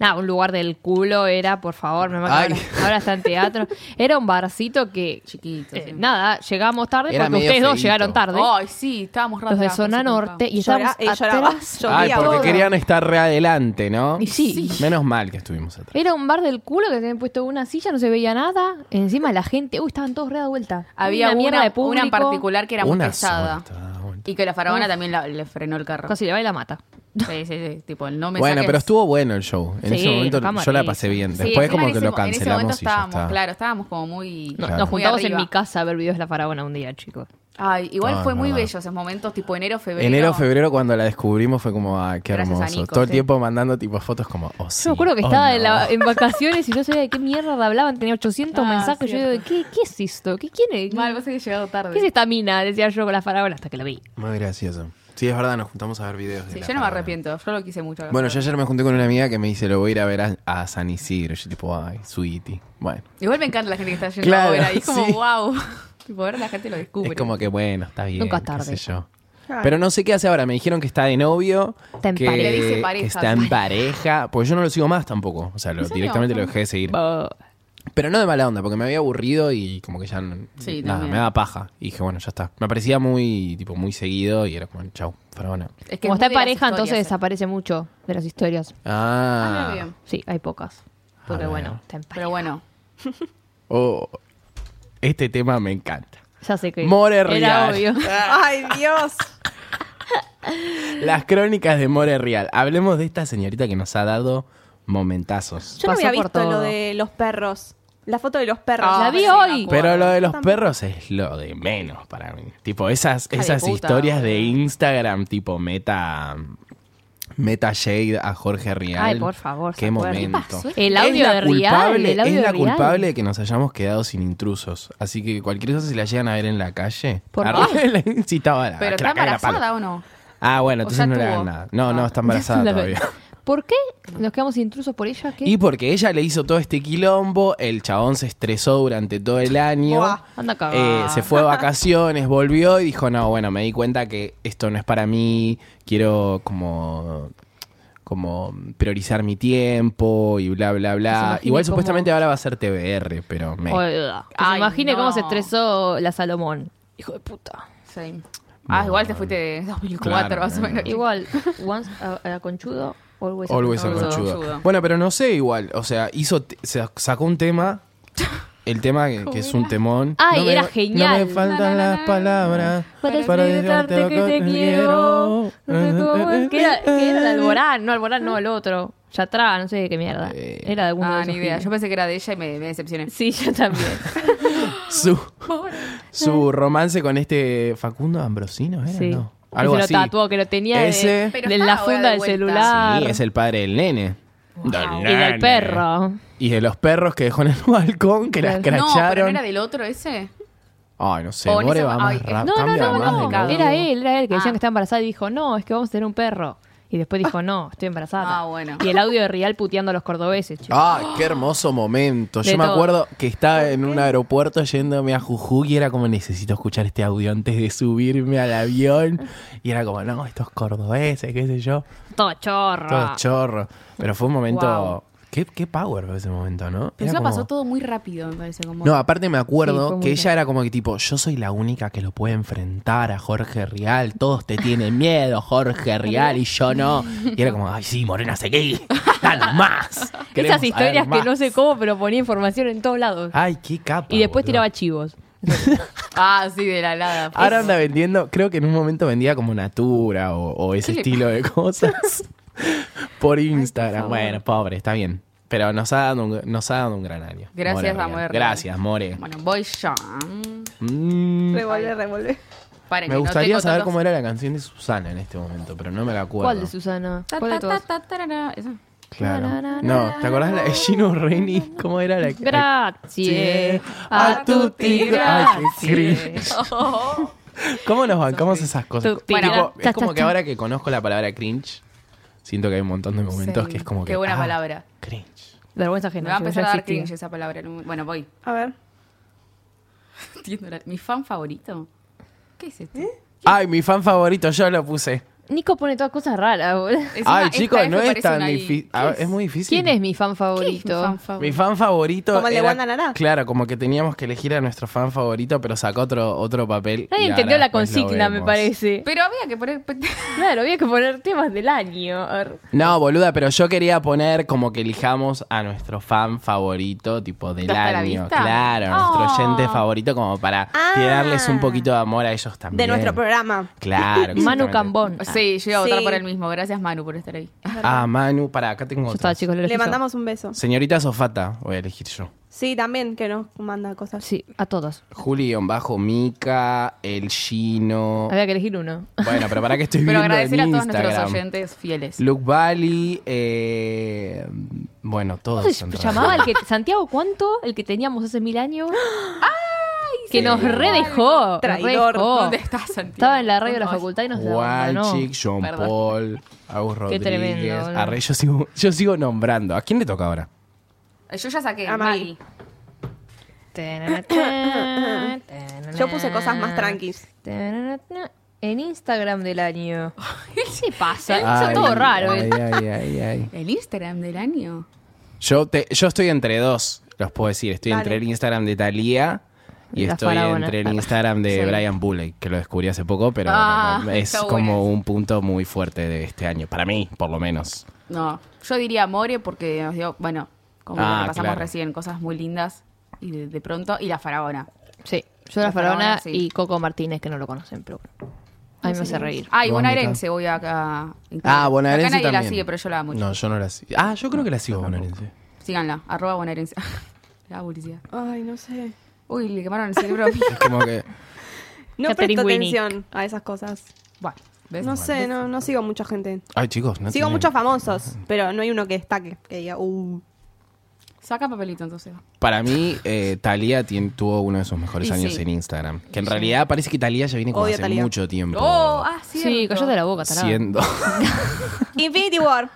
[SPEAKER 5] Nada, un lugar del culo era, por favor, me acuerdo,
[SPEAKER 1] Ay.
[SPEAKER 5] ahora, ahora está en teatro. Era un barcito que,
[SPEAKER 2] Chiquito.
[SPEAKER 5] eh,
[SPEAKER 2] sí.
[SPEAKER 5] nada, llegamos tarde
[SPEAKER 1] Era
[SPEAKER 5] porque
[SPEAKER 1] medio
[SPEAKER 5] ustedes dos
[SPEAKER 1] feíto.
[SPEAKER 5] llegaron tarde.
[SPEAKER 2] Ay, sí, estábamos raros.
[SPEAKER 5] los de zona norte y estábamos
[SPEAKER 4] Llora- eh, llorabas,
[SPEAKER 5] atrás.
[SPEAKER 1] Ay,
[SPEAKER 4] llovía
[SPEAKER 1] porque
[SPEAKER 4] todo.
[SPEAKER 1] querían estar re adelante, ¿no?
[SPEAKER 5] Y sí.
[SPEAKER 1] Menos mal que estuvimos atrás.
[SPEAKER 5] Era un bar del culo que tenían puesto una silla, no se veía nada. Encima la gente, uy, estaban todos re de vuelta.
[SPEAKER 2] Había una,
[SPEAKER 5] mierda de público.
[SPEAKER 2] una en particular que era muy
[SPEAKER 1] Una
[SPEAKER 2] pesada.
[SPEAKER 1] sola, bueno.
[SPEAKER 2] Y que la faraona también la- le frenó el carro.
[SPEAKER 5] Casi la va y la mata.
[SPEAKER 2] Sí, sí, sí. Tipo, el no me
[SPEAKER 1] Bueno,
[SPEAKER 2] saques-
[SPEAKER 1] pero estuvo bueno el show. En
[SPEAKER 5] Sí,
[SPEAKER 1] ese momento
[SPEAKER 5] nos
[SPEAKER 1] yo la
[SPEAKER 5] vamos
[SPEAKER 1] pasé
[SPEAKER 5] ahí.
[SPEAKER 1] bien.
[SPEAKER 2] Sí,
[SPEAKER 1] Después
[SPEAKER 2] encima
[SPEAKER 1] como
[SPEAKER 2] en
[SPEAKER 1] que
[SPEAKER 2] ese
[SPEAKER 1] lo
[SPEAKER 2] mo- En ese
[SPEAKER 1] cancelamos
[SPEAKER 2] momento
[SPEAKER 1] y ya
[SPEAKER 2] estábamos,
[SPEAKER 1] está.
[SPEAKER 2] claro, estábamos como muy.
[SPEAKER 5] No,
[SPEAKER 1] Claro.
[SPEAKER 5] Nos juntamos
[SPEAKER 2] muy
[SPEAKER 5] en
[SPEAKER 2] arriba.
[SPEAKER 5] mi casa a ver videos de la faraona un día, chicos.
[SPEAKER 2] Ay, igual
[SPEAKER 1] No,
[SPEAKER 2] fue
[SPEAKER 1] es
[SPEAKER 2] muy
[SPEAKER 1] verdad.
[SPEAKER 2] bello esos momentos, tipo enero, febrero.
[SPEAKER 1] Enero, febrero, cuando la descubrimos fue como, ah, qué
[SPEAKER 2] Gracias a
[SPEAKER 1] hermoso.
[SPEAKER 2] Nico,
[SPEAKER 1] Todo el
[SPEAKER 2] sí.
[SPEAKER 1] tiempo mandando tipo fotos como, oh, sí,
[SPEAKER 5] Yo me acuerdo que
[SPEAKER 1] oh,
[SPEAKER 5] estaba
[SPEAKER 1] no.
[SPEAKER 5] en, la- en vacaciones y no sabía de qué mierda hablaban, tenía 800
[SPEAKER 3] Ah,
[SPEAKER 5] mensajes. Yo digo, ¿qué, ¿qué es esto? ¿Qué, ¿Quién es?
[SPEAKER 2] Mal, vos habías llegado tarde.
[SPEAKER 5] ¿Qué es esta mina? Decía yo con la faraona hasta que la vi.
[SPEAKER 1] Muy gracioso. Sí, es verdad, nos juntamos a ver videos. de
[SPEAKER 2] Sí,
[SPEAKER 1] la
[SPEAKER 2] yo no me
[SPEAKER 1] Faraona.
[SPEAKER 2] arrepiento, yo lo quise mucho.
[SPEAKER 1] Bueno, yo ayer me junté con una amiga que me dice, lo voy a ir a ver a, a San Isidro. Yo tipo, ay, sweetie. Bueno,
[SPEAKER 2] Igual me encanta la gente que está yendo
[SPEAKER 1] Claro,
[SPEAKER 2] a ver ahí. Es como,
[SPEAKER 1] sí.
[SPEAKER 2] wow. Tipo, ahora la gente lo descubre.
[SPEAKER 1] es como que bueno, está bien.
[SPEAKER 5] Nunca es
[SPEAKER 1] qué
[SPEAKER 5] tarde.
[SPEAKER 1] sé yo.
[SPEAKER 4] Claro.
[SPEAKER 1] Pero no sé qué hace ahora. Me dijeron que está de novio.
[SPEAKER 5] Está en
[SPEAKER 1] que,
[SPEAKER 5] pareja.
[SPEAKER 2] Le dice
[SPEAKER 1] que
[SPEAKER 2] pareja.
[SPEAKER 1] está en pareja. Porque yo no lo sigo más tampoco. O sea, lo-
[SPEAKER 2] ¿En serio?
[SPEAKER 1] directamente lo dejé de seguir. Pero no de mala onda, porque me había aburrido y como que ya no-
[SPEAKER 2] Sí,
[SPEAKER 1] nada,
[SPEAKER 2] también.
[SPEAKER 1] me daba paja. Y dije, bueno, ya está. Me parecía muy, tipo, muy seguido y era como, chau, faraona.
[SPEAKER 2] Es que
[SPEAKER 5] Como
[SPEAKER 2] es muy
[SPEAKER 5] está en
[SPEAKER 2] de las
[SPEAKER 5] pareja, entonces
[SPEAKER 2] historias, eh.
[SPEAKER 5] desaparece mucho de las historias.
[SPEAKER 1] Ah.
[SPEAKER 2] Ah, bien.
[SPEAKER 5] Sí, hay pocas. Porque
[SPEAKER 1] Ah,
[SPEAKER 5] bueno,
[SPEAKER 1] bueno.
[SPEAKER 5] está en pareja.
[SPEAKER 2] Pero bueno,
[SPEAKER 1] Oh, este tema me encanta.
[SPEAKER 5] Ya sé que
[SPEAKER 1] More
[SPEAKER 5] era
[SPEAKER 1] Real.
[SPEAKER 5] obvio.
[SPEAKER 2] Ah.
[SPEAKER 4] Ay, Dios.
[SPEAKER 1] Las crónicas de More Real. Hablemos de esta señorita que nos ha dado momentazos.
[SPEAKER 4] Yo no
[SPEAKER 5] Pasó
[SPEAKER 4] había
[SPEAKER 5] por
[SPEAKER 4] visto
[SPEAKER 5] todo.
[SPEAKER 4] lo de los perros. La foto de los perros.
[SPEAKER 2] Ah,
[SPEAKER 5] la vi
[SPEAKER 2] sí,
[SPEAKER 5] hoy.
[SPEAKER 2] me acuerdo.
[SPEAKER 1] Pero lo de los
[SPEAKER 4] Tampoco.
[SPEAKER 1] perros es lo de menos para mí. Tipo, esas,
[SPEAKER 2] de
[SPEAKER 1] esas
[SPEAKER 2] puta.
[SPEAKER 1] historias de Instagram, tipo meta. Meta Shade a Jorge Rial.
[SPEAKER 5] Ay, por favor,
[SPEAKER 1] Qué
[SPEAKER 5] se acuerda.
[SPEAKER 1] momento.
[SPEAKER 5] ¿Qué pasó? El audio
[SPEAKER 1] es la
[SPEAKER 5] de Rial,
[SPEAKER 1] culpable,
[SPEAKER 5] el audio
[SPEAKER 1] Es
[SPEAKER 5] de
[SPEAKER 1] la
[SPEAKER 5] Rial.
[SPEAKER 1] culpable de que nos hayamos quedado sin intrusos. Así que cualquier cosa, si la llegan a ver en la calle.
[SPEAKER 5] Por
[SPEAKER 1] a
[SPEAKER 5] favor.
[SPEAKER 1] Rial la incitaba a la-
[SPEAKER 2] ¿pero
[SPEAKER 1] que
[SPEAKER 2] está
[SPEAKER 1] la caiga la pala.
[SPEAKER 2] embarazada o no?
[SPEAKER 1] Ah, bueno,
[SPEAKER 2] ¿O
[SPEAKER 1] entonces
[SPEAKER 2] ya
[SPEAKER 1] no le
[SPEAKER 2] tuvo?
[SPEAKER 1] hagan nada. No, no, está
[SPEAKER 5] Ah. La
[SPEAKER 1] embarazada
[SPEAKER 5] verdad.
[SPEAKER 1] todavía.
[SPEAKER 5] ¿Por qué nos quedamos sin intrusos por ella? ¿Qué?
[SPEAKER 1] Y porque ella le hizo todo este quilombo, el chabón se estresó durante todo el año.
[SPEAKER 4] Buah,
[SPEAKER 5] anda a cagar.
[SPEAKER 1] Eh, se fue de vacaciones, volvió y dijo, no, bueno, me di cuenta que esto no es para mí, quiero como como priorizar mi tiempo y bla bla
[SPEAKER 5] se
[SPEAKER 1] bla.
[SPEAKER 5] imagine
[SPEAKER 1] Igual
[SPEAKER 5] cómo-
[SPEAKER 1] supuestamente ahora va a ser TBR, pero me-
[SPEAKER 5] Oiga, que se
[SPEAKER 2] Ay,
[SPEAKER 5] imagine cómo
[SPEAKER 2] no.
[SPEAKER 5] se estresó la Salomón. Hijo de puta.
[SPEAKER 2] Sí. Ah, igual te fuiste de 2004
[SPEAKER 1] Claro,
[SPEAKER 2] más o menos.
[SPEAKER 5] Igual, once a, a conchudo, always, a
[SPEAKER 1] Always a
[SPEAKER 5] conchudo.
[SPEAKER 2] Always a
[SPEAKER 1] conchudo.
[SPEAKER 2] conchudo.
[SPEAKER 1] Bueno, pero no sé igual, o sea, hizo t- se sacó un tema el tema que, que es un temón.
[SPEAKER 5] Ay,
[SPEAKER 1] No me-
[SPEAKER 5] Ah, era
[SPEAKER 1] No
[SPEAKER 5] genial.
[SPEAKER 1] me faltan las palabras
[SPEAKER 5] Para explicarte que te quiero. Ah, ¿Qué era, que era el Alborán? No, Alborán no, el otro. Yatrá, no sé qué mierda. Era de alguno de
[SPEAKER 2] Ah,
[SPEAKER 5] esos
[SPEAKER 2] ni idea.
[SPEAKER 5] giles.
[SPEAKER 2] Yo pensé que era de ella y me, me decepcioné.
[SPEAKER 5] Sí, yo también.
[SPEAKER 1] su, su romance con este Facundo Ambrosino, ¿era?
[SPEAKER 5] Sí.
[SPEAKER 1] No.
[SPEAKER 5] Que
[SPEAKER 1] Algo
[SPEAKER 5] se
[SPEAKER 1] así.
[SPEAKER 5] lo tatuó, que lo tenía de-
[SPEAKER 1] Ese-
[SPEAKER 5] de,
[SPEAKER 2] Pero está
[SPEAKER 5] la
[SPEAKER 2] ahora
[SPEAKER 5] funda
[SPEAKER 2] de
[SPEAKER 5] del
[SPEAKER 2] vuelta.
[SPEAKER 5] celular.
[SPEAKER 1] Sí, es el padre del nene.
[SPEAKER 5] Y del
[SPEAKER 1] nene.
[SPEAKER 5] perro.
[SPEAKER 1] Y de los perros que dejó en el balcón, que la
[SPEAKER 5] Claro.
[SPEAKER 1] escracharon.
[SPEAKER 2] No, pero no era del otro ese.
[SPEAKER 1] Ay, no sé,
[SPEAKER 2] O en
[SPEAKER 1] More
[SPEAKER 2] ese-
[SPEAKER 1] va más
[SPEAKER 2] ay,
[SPEAKER 1] rápido.
[SPEAKER 5] eh, No, no,
[SPEAKER 1] cambia
[SPEAKER 5] no,
[SPEAKER 1] más de
[SPEAKER 5] no.
[SPEAKER 1] loco.
[SPEAKER 2] cada
[SPEAKER 5] Era
[SPEAKER 2] uno.
[SPEAKER 5] él, era él, que decían
[SPEAKER 2] Ah.
[SPEAKER 5] que estaba embarazada y dijo, no, es que vamos a tener un perro. Y después dijo, no, estoy embarazada.
[SPEAKER 2] Ah, bueno.
[SPEAKER 5] Y el audio de Rial puteando a los cordobeses, che.
[SPEAKER 1] Ah, qué hermoso momento. Yo
[SPEAKER 5] De
[SPEAKER 1] me
[SPEAKER 5] todo.
[SPEAKER 1] acuerdo que estaba en un aeropuerto yéndome a Jujuy y era como necesito escuchar este audio antes de subirme al avión. Y era como, no, estos cordobeses, qué sé yo,
[SPEAKER 5] Todo chorro.
[SPEAKER 1] todos chorros. Pero fue un momento
[SPEAKER 5] Ah. Guau.
[SPEAKER 1] Qué, qué power fue ese momento, ¿no?
[SPEAKER 2] Pero
[SPEAKER 1] Era
[SPEAKER 2] eso
[SPEAKER 1] como-
[SPEAKER 2] pasó todo muy rápido, me parece. Como...
[SPEAKER 1] No, aparte me
[SPEAKER 5] Sí, fue
[SPEAKER 1] acuerdo
[SPEAKER 5] muy
[SPEAKER 1] que ella era como que tipo, yo soy la única que lo puede enfrentar a Jorge Rial, todos te tienen miedo, Jorge Rial, y yo no. Y era como, ay sí, Morena Seguí, danos más. queremos
[SPEAKER 5] Esas
[SPEAKER 1] saber
[SPEAKER 5] historias que
[SPEAKER 1] más".
[SPEAKER 5] no sé cómo, pero ponía información en todos lados.
[SPEAKER 1] Ay, qué capa.
[SPEAKER 5] y después
[SPEAKER 1] boludo.
[SPEAKER 5] tiraba chivos.
[SPEAKER 2] Ah, sí, de la nada.
[SPEAKER 1] Ahora anda vendiendo, creo que en un momento vendía como Natura o, o ese
[SPEAKER 2] ¿Qué le
[SPEAKER 1] estilo de cosas por Instagram.
[SPEAKER 2] favor.
[SPEAKER 1] bueno, pobre, está bien. Pero nos ha dado un, nos ha dado un gran año.
[SPEAKER 2] Gracias,
[SPEAKER 1] More
[SPEAKER 2] a
[SPEAKER 1] Real.
[SPEAKER 2] More Real.
[SPEAKER 1] Gracias, More.
[SPEAKER 2] Bueno, voy ya.
[SPEAKER 1] Mm.
[SPEAKER 4] Revolver, revolver.
[SPEAKER 2] Paren,
[SPEAKER 1] Me
[SPEAKER 2] que
[SPEAKER 1] gustaría
[SPEAKER 2] no tengo
[SPEAKER 1] saber
[SPEAKER 2] tantos-
[SPEAKER 1] cómo era la canción de Susana en este momento, pero no me la acuerdo.
[SPEAKER 5] ¿Cuál de Susana?
[SPEAKER 2] Ta,
[SPEAKER 5] ¿Cuál de
[SPEAKER 2] ta,
[SPEAKER 5] todas?
[SPEAKER 2] ta, tarara, esa.
[SPEAKER 1] Claro. No, ¿te acordás la de Gino Reni? ¿Cómo era la
[SPEAKER 5] Gracias Ah,
[SPEAKER 1] a tutti, grazie.
[SPEAKER 5] gracias.
[SPEAKER 2] Oh.
[SPEAKER 1] ¿Cómo nos bancamos esas cosas?
[SPEAKER 5] Tutti,
[SPEAKER 1] Tipo,
[SPEAKER 5] gra- cha,
[SPEAKER 1] es como
[SPEAKER 5] cha,
[SPEAKER 1] que
[SPEAKER 5] cha.
[SPEAKER 1] ahora que conozco la palabra cringe, siento que hay un montón de momentos
[SPEAKER 2] Sí.
[SPEAKER 1] que es como que.
[SPEAKER 2] Qué buena
[SPEAKER 1] ah,
[SPEAKER 2] palabra.
[SPEAKER 1] Cringe.
[SPEAKER 5] Vergüenza
[SPEAKER 2] Me
[SPEAKER 5] ajena.
[SPEAKER 2] va a
[SPEAKER 5] yo,
[SPEAKER 2] empezar
[SPEAKER 5] ya
[SPEAKER 2] a dar
[SPEAKER 5] existía.
[SPEAKER 2] cringe esa palabra. Bueno, voy.
[SPEAKER 4] A ver.
[SPEAKER 2] Entiendo la- Mi fan favorito. ¿Qué es esto?
[SPEAKER 1] Ay, mi fan favorito, yo lo puse.
[SPEAKER 5] Nico pone todas cosas raras. boludo.
[SPEAKER 2] Encima,
[SPEAKER 1] Ay,
[SPEAKER 2] esta
[SPEAKER 1] chicos,
[SPEAKER 2] vez
[SPEAKER 1] no
[SPEAKER 2] me
[SPEAKER 1] es
[SPEAKER 2] parece
[SPEAKER 1] tan
[SPEAKER 2] una-
[SPEAKER 1] difícil.
[SPEAKER 2] ¿Qué
[SPEAKER 1] Es muy difícil.
[SPEAKER 5] ¿Quién es mi fan favorito?
[SPEAKER 2] Mi fan favorito.
[SPEAKER 1] Mi fan favorito.
[SPEAKER 4] Como el de
[SPEAKER 1] era-
[SPEAKER 4] Guandanara.
[SPEAKER 1] Claro, como que teníamos que elegir a nuestro fan favorito, pero sacó otro, otro papel.
[SPEAKER 5] Nadie
[SPEAKER 1] y
[SPEAKER 5] entendió
[SPEAKER 1] ahora
[SPEAKER 5] la
[SPEAKER 1] después lo
[SPEAKER 5] consigna, me
[SPEAKER 1] vemos.
[SPEAKER 5] parece.
[SPEAKER 2] Pero había que poner. pues,
[SPEAKER 5] Claro, había que poner temas del año. A ver.
[SPEAKER 1] No, boluda, pero yo quería poner como que elijamos a nuestro fan favorito, tipo del
[SPEAKER 2] ¿Hasta la
[SPEAKER 1] año.
[SPEAKER 2] vista?
[SPEAKER 1] Claro, a nuestro
[SPEAKER 2] Oh.
[SPEAKER 1] oyente favorito, como para
[SPEAKER 4] Ah.
[SPEAKER 1] tirarles un poquito de amor a ellos también.
[SPEAKER 4] De nuestro programa.
[SPEAKER 1] Claro.
[SPEAKER 5] Manu
[SPEAKER 1] exactamente.
[SPEAKER 5] Cambón.
[SPEAKER 2] Sí, yo iba a votar
[SPEAKER 4] Sí.
[SPEAKER 2] por el mismo. Gracias, Manu, por estar ahí.
[SPEAKER 1] Ah, Manu, para acá tengo
[SPEAKER 5] Yo
[SPEAKER 1] otra.
[SPEAKER 5] estaba, chicos, lo
[SPEAKER 4] Le
[SPEAKER 5] elegí yo.
[SPEAKER 4] mandamos un beso.
[SPEAKER 1] Señorita Sofata, voy a elegir yo.
[SPEAKER 4] Sí, también que nos manda cosas.
[SPEAKER 5] Sí, a todos.
[SPEAKER 1] Juli bajo Mica, el Chino.
[SPEAKER 5] Había que elegir uno.
[SPEAKER 1] Bueno, pero para que estoy
[SPEAKER 2] Pero
[SPEAKER 1] viendo
[SPEAKER 2] agradecer a
[SPEAKER 1] en
[SPEAKER 2] todos
[SPEAKER 1] Instagram.
[SPEAKER 2] nuestros oyentes fieles.
[SPEAKER 1] Luke Bali, eh, bueno, todos.
[SPEAKER 5] ¿Cómo se
[SPEAKER 1] en realidad.
[SPEAKER 5] llamaba el que Santiago cuánto? El que teníamos hace mil años. Que
[SPEAKER 1] sí.
[SPEAKER 5] nos redejó. nos
[SPEAKER 4] Traidor,
[SPEAKER 5] redejó.
[SPEAKER 2] ¿Dónde estás, Santiago?
[SPEAKER 5] Estaba en la radio de la
[SPEAKER 2] Ay,
[SPEAKER 5] facultad y nos abandonó.
[SPEAKER 1] Walchik, John
[SPEAKER 2] Perdón.
[SPEAKER 1] Paul, Agus Rodríguez.
[SPEAKER 5] tremendo, boludo.
[SPEAKER 1] Arre, yo sigo, yo sigo nombrando. ¿A quién le toca ahora?
[SPEAKER 2] Yo ya saqué.
[SPEAKER 4] A
[SPEAKER 2] Maggie.
[SPEAKER 4] Maggie. Yo puse cosas más tranquis.
[SPEAKER 5] En Instagram del año. ¿Qué se pasa?
[SPEAKER 1] Ay,
[SPEAKER 5] Son todo raro.
[SPEAKER 1] ay,
[SPEAKER 5] eh.
[SPEAKER 1] ay, ay, ay.
[SPEAKER 2] El Instagram del año.
[SPEAKER 1] Yo, te- yo estoy entre dos, los puedo decir. Estoy
[SPEAKER 4] Dale.
[SPEAKER 1] entre el Instagram de Thalía y
[SPEAKER 5] La
[SPEAKER 1] estoy
[SPEAKER 5] faraona.
[SPEAKER 1] entre el Instagram de
[SPEAKER 5] Sí.
[SPEAKER 1] Brian Bulley, que lo descubrí hace poco, pero
[SPEAKER 2] Ah,
[SPEAKER 1] no, no, es
[SPEAKER 2] está
[SPEAKER 1] como
[SPEAKER 2] bueno.
[SPEAKER 1] un punto muy fuerte de este año. Para mí, por lo menos.
[SPEAKER 2] No, yo diría More porque nos dio, bueno, como
[SPEAKER 1] Ah,
[SPEAKER 2] lo que pasamos
[SPEAKER 1] claro.
[SPEAKER 2] recién, cosas muy lindas y de, de pronto, y la faraona.
[SPEAKER 5] Sí, yo la
[SPEAKER 2] La faraona,
[SPEAKER 5] faraona
[SPEAKER 2] sí.
[SPEAKER 5] y Coco Martínez, que no lo conocen, pero bueno. A mí me hace reír.
[SPEAKER 2] Ah, y
[SPEAKER 1] Vos,
[SPEAKER 2] bonaerense voy acá. a incluir.
[SPEAKER 1] Ah, bonaerense
[SPEAKER 2] Acá nadie
[SPEAKER 1] también.
[SPEAKER 2] la sigue, pero yo la amo. mucho.
[SPEAKER 1] No, yo no la sigo. Ah, yo creo que la sigo bonaerense.
[SPEAKER 2] Síganla, arroba bonaerense. la publicidad.
[SPEAKER 4] Ay, no sé.
[SPEAKER 2] Uy, le quemaron el cerebro a mí.
[SPEAKER 1] Es como que...
[SPEAKER 4] No
[SPEAKER 5] Catherine
[SPEAKER 4] presto
[SPEAKER 5] Winnick.
[SPEAKER 4] atención a esas cosas.
[SPEAKER 2] Bueno, ¿ves?
[SPEAKER 4] No sé, no, no sigo mucha gente.
[SPEAKER 1] Ay, chicos, no
[SPEAKER 4] sigo
[SPEAKER 1] tiene-
[SPEAKER 4] muchos famosos, pero no hay uno que destaque. Que diga, uh.
[SPEAKER 2] Saca papelito entonces.
[SPEAKER 1] Para mí, eh, Thalía tien- tuvo uno de sus mejores
[SPEAKER 2] Y
[SPEAKER 1] años
[SPEAKER 2] sí.
[SPEAKER 1] en Instagram. Que en realidad parece que Thalía ya viene como
[SPEAKER 4] Odio
[SPEAKER 1] hace
[SPEAKER 4] Thalía.
[SPEAKER 1] mucho tiempo.
[SPEAKER 2] Oh, ah, sí.
[SPEAKER 5] Sí, cállate la boca, tarada.
[SPEAKER 1] siendo.
[SPEAKER 4] Infinity War.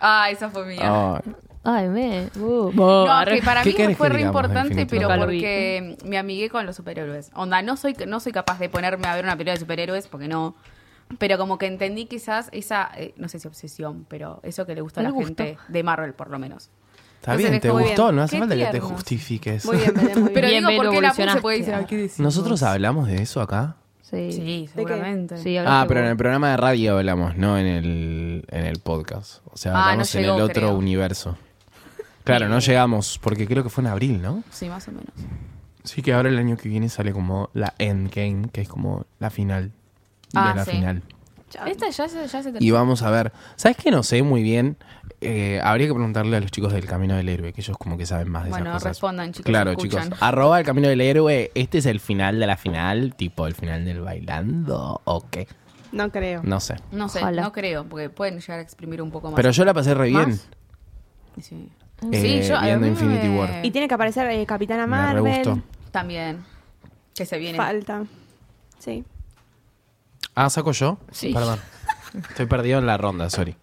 [SPEAKER 2] Ah, esa fue mía.
[SPEAKER 1] Ah,
[SPEAKER 5] Ay, me. Uh,
[SPEAKER 2] No,
[SPEAKER 5] arre.
[SPEAKER 2] que para
[SPEAKER 1] ¿Qué
[SPEAKER 2] mí
[SPEAKER 1] querés
[SPEAKER 2] fue
[SPEAKER 1] que
[SPEAKER 2] re
[SPEAKER 1] digamos,
[SPEAKER 2] importante,
[SPEAKER 1] Infinity
[SPEAKER 2] pero
[SPEAKER 5] War?
[SPEAKER 2] porque me amigué con los superhéroes. Onda, no soy, no soy capaz de ponerme a ver una película de superhéroes porque no. Pero como que entendí quizás esa, eh, no sé si obsesión, pero eso que le gusta a la
[SPEAKER 5] Me gustó.
[SPEAKER 2] gente de Marvel por lo menos.
[SPEAKER 1] está
[SPEAKER 2] Entonces
[SPEAKER 1] bien,
[SPEAKER 2] es
[SPEAKER 1] te
[SPEAKER 2] como
[SPEAKER 1] gustó,
[SPEAKER 2] bien.
[SPEAKER 1] no hace
[SPEAKER 2] Qué
[SPEAKER 1] falta que te
[SPEAKER 2] tiernos.
[SPEAKER 1] justifiques.
[SPEAKER 4] Muy bien, Belén, muy bien.
[SPEAKER 2] Pero
[SPEAKER 5] Bien,
[SPEAKER 2] digo,
[SPEAKER 5] Belu,
[SPEAKER 2] ¿por qué la puse? Puede decir,
[SPEAKER 5] evolucionaste.
[SPEAKER 2] "Ay, ¿qué decimos?".
[SPEAKER 1] ¿Nosotros hablamos de eso acá?
[SPEAKER 5] Sí.
[SPEAKER 2] Sí, seguramente.
[SPEAKER 5] Sí, hablaste
[SPEAKER 1] Ah, pero en
[SPEAKER 5] vos.
[SPEAKER 1] el programa de radio hablamos, no en el, en el podcast. O sea,
[SPEAKER 2] Ah, no
[SPEAKER 1] hablamos
[SPEAKER 2] llegó,
[SPEAKER 1] en el otro
[SPEAKER 2] creo.
[SPEAKER 1] universo. Claro, no llegamos, porque creo que fue en abril, ¿no?
[SPEAKER 2] Sí, más o menos.
[SPEAKER 1] Sí, que ahora el año que viene sale como la Endgame, que es como la final.
[SPEAKER 2] Ah,
[SPEAKER 1] de la
[SPEAKER 2] sí.
[SPEAKER 1] final.
[SPEAKER 4] Chao.
[SPEAKER 2] Esta ya se, ya se terminó.
[SPEAKER 1] Y vamos a ver. ¿Sabes qué? No sé muy bien. Eh, habría que preguntarle a los chicos del Camino del Héroe, que ellos como que saben más de
[SPEAKER 2] Bueno,
[SPEAKER 1] esas cosas.
[SPEAKER 2] respondan, chicos,
[SPEAKER 1] Claro,
[SPEAKER 2] escuchan.
[SPEAKER 1] chicos. Arroba el Camino del Héroe. ¿Este es el final de la final? ¿Tipo el final del bailando? ¿O qué?
[SPEAKER 4] No creo.
[SPEAKER 1] No sé.
[SPEAKER 2] No sé,
[SPEAKER 5] Ojalá.
[SPEAKER 2] no creo, porque pueden llegar a exprimir un poco más.
[SPEAKER 1] Pero yo la pasé re bien.
[SPEAKER 2] ¿Más? Sí,
[SPEAKER 1] Eh,
[SPEAKER 2] Sí, yo a
[SPEAKER 1] viendo
[SPEAKER 2] mí
[SPEAKER 1] Infinity
[SPEAKER 2] me-
[SPEAKER 1] War.
[SPEAKER 4] Y tiene que aparecer eh, Capitana
[SPEAKER 1] Me re gustó.
[SPEAKER 4] Marvel.
[SPEAKER 2] También. Que se viene.
[SPEAKER 4] Falta. Sí.
[SPEAKER 1] Ah, ¿saco yo?
[SPEAKER 5] Sí.
[SPEAKER 1] Perdón. Estoy perdido en la ronda, sorry.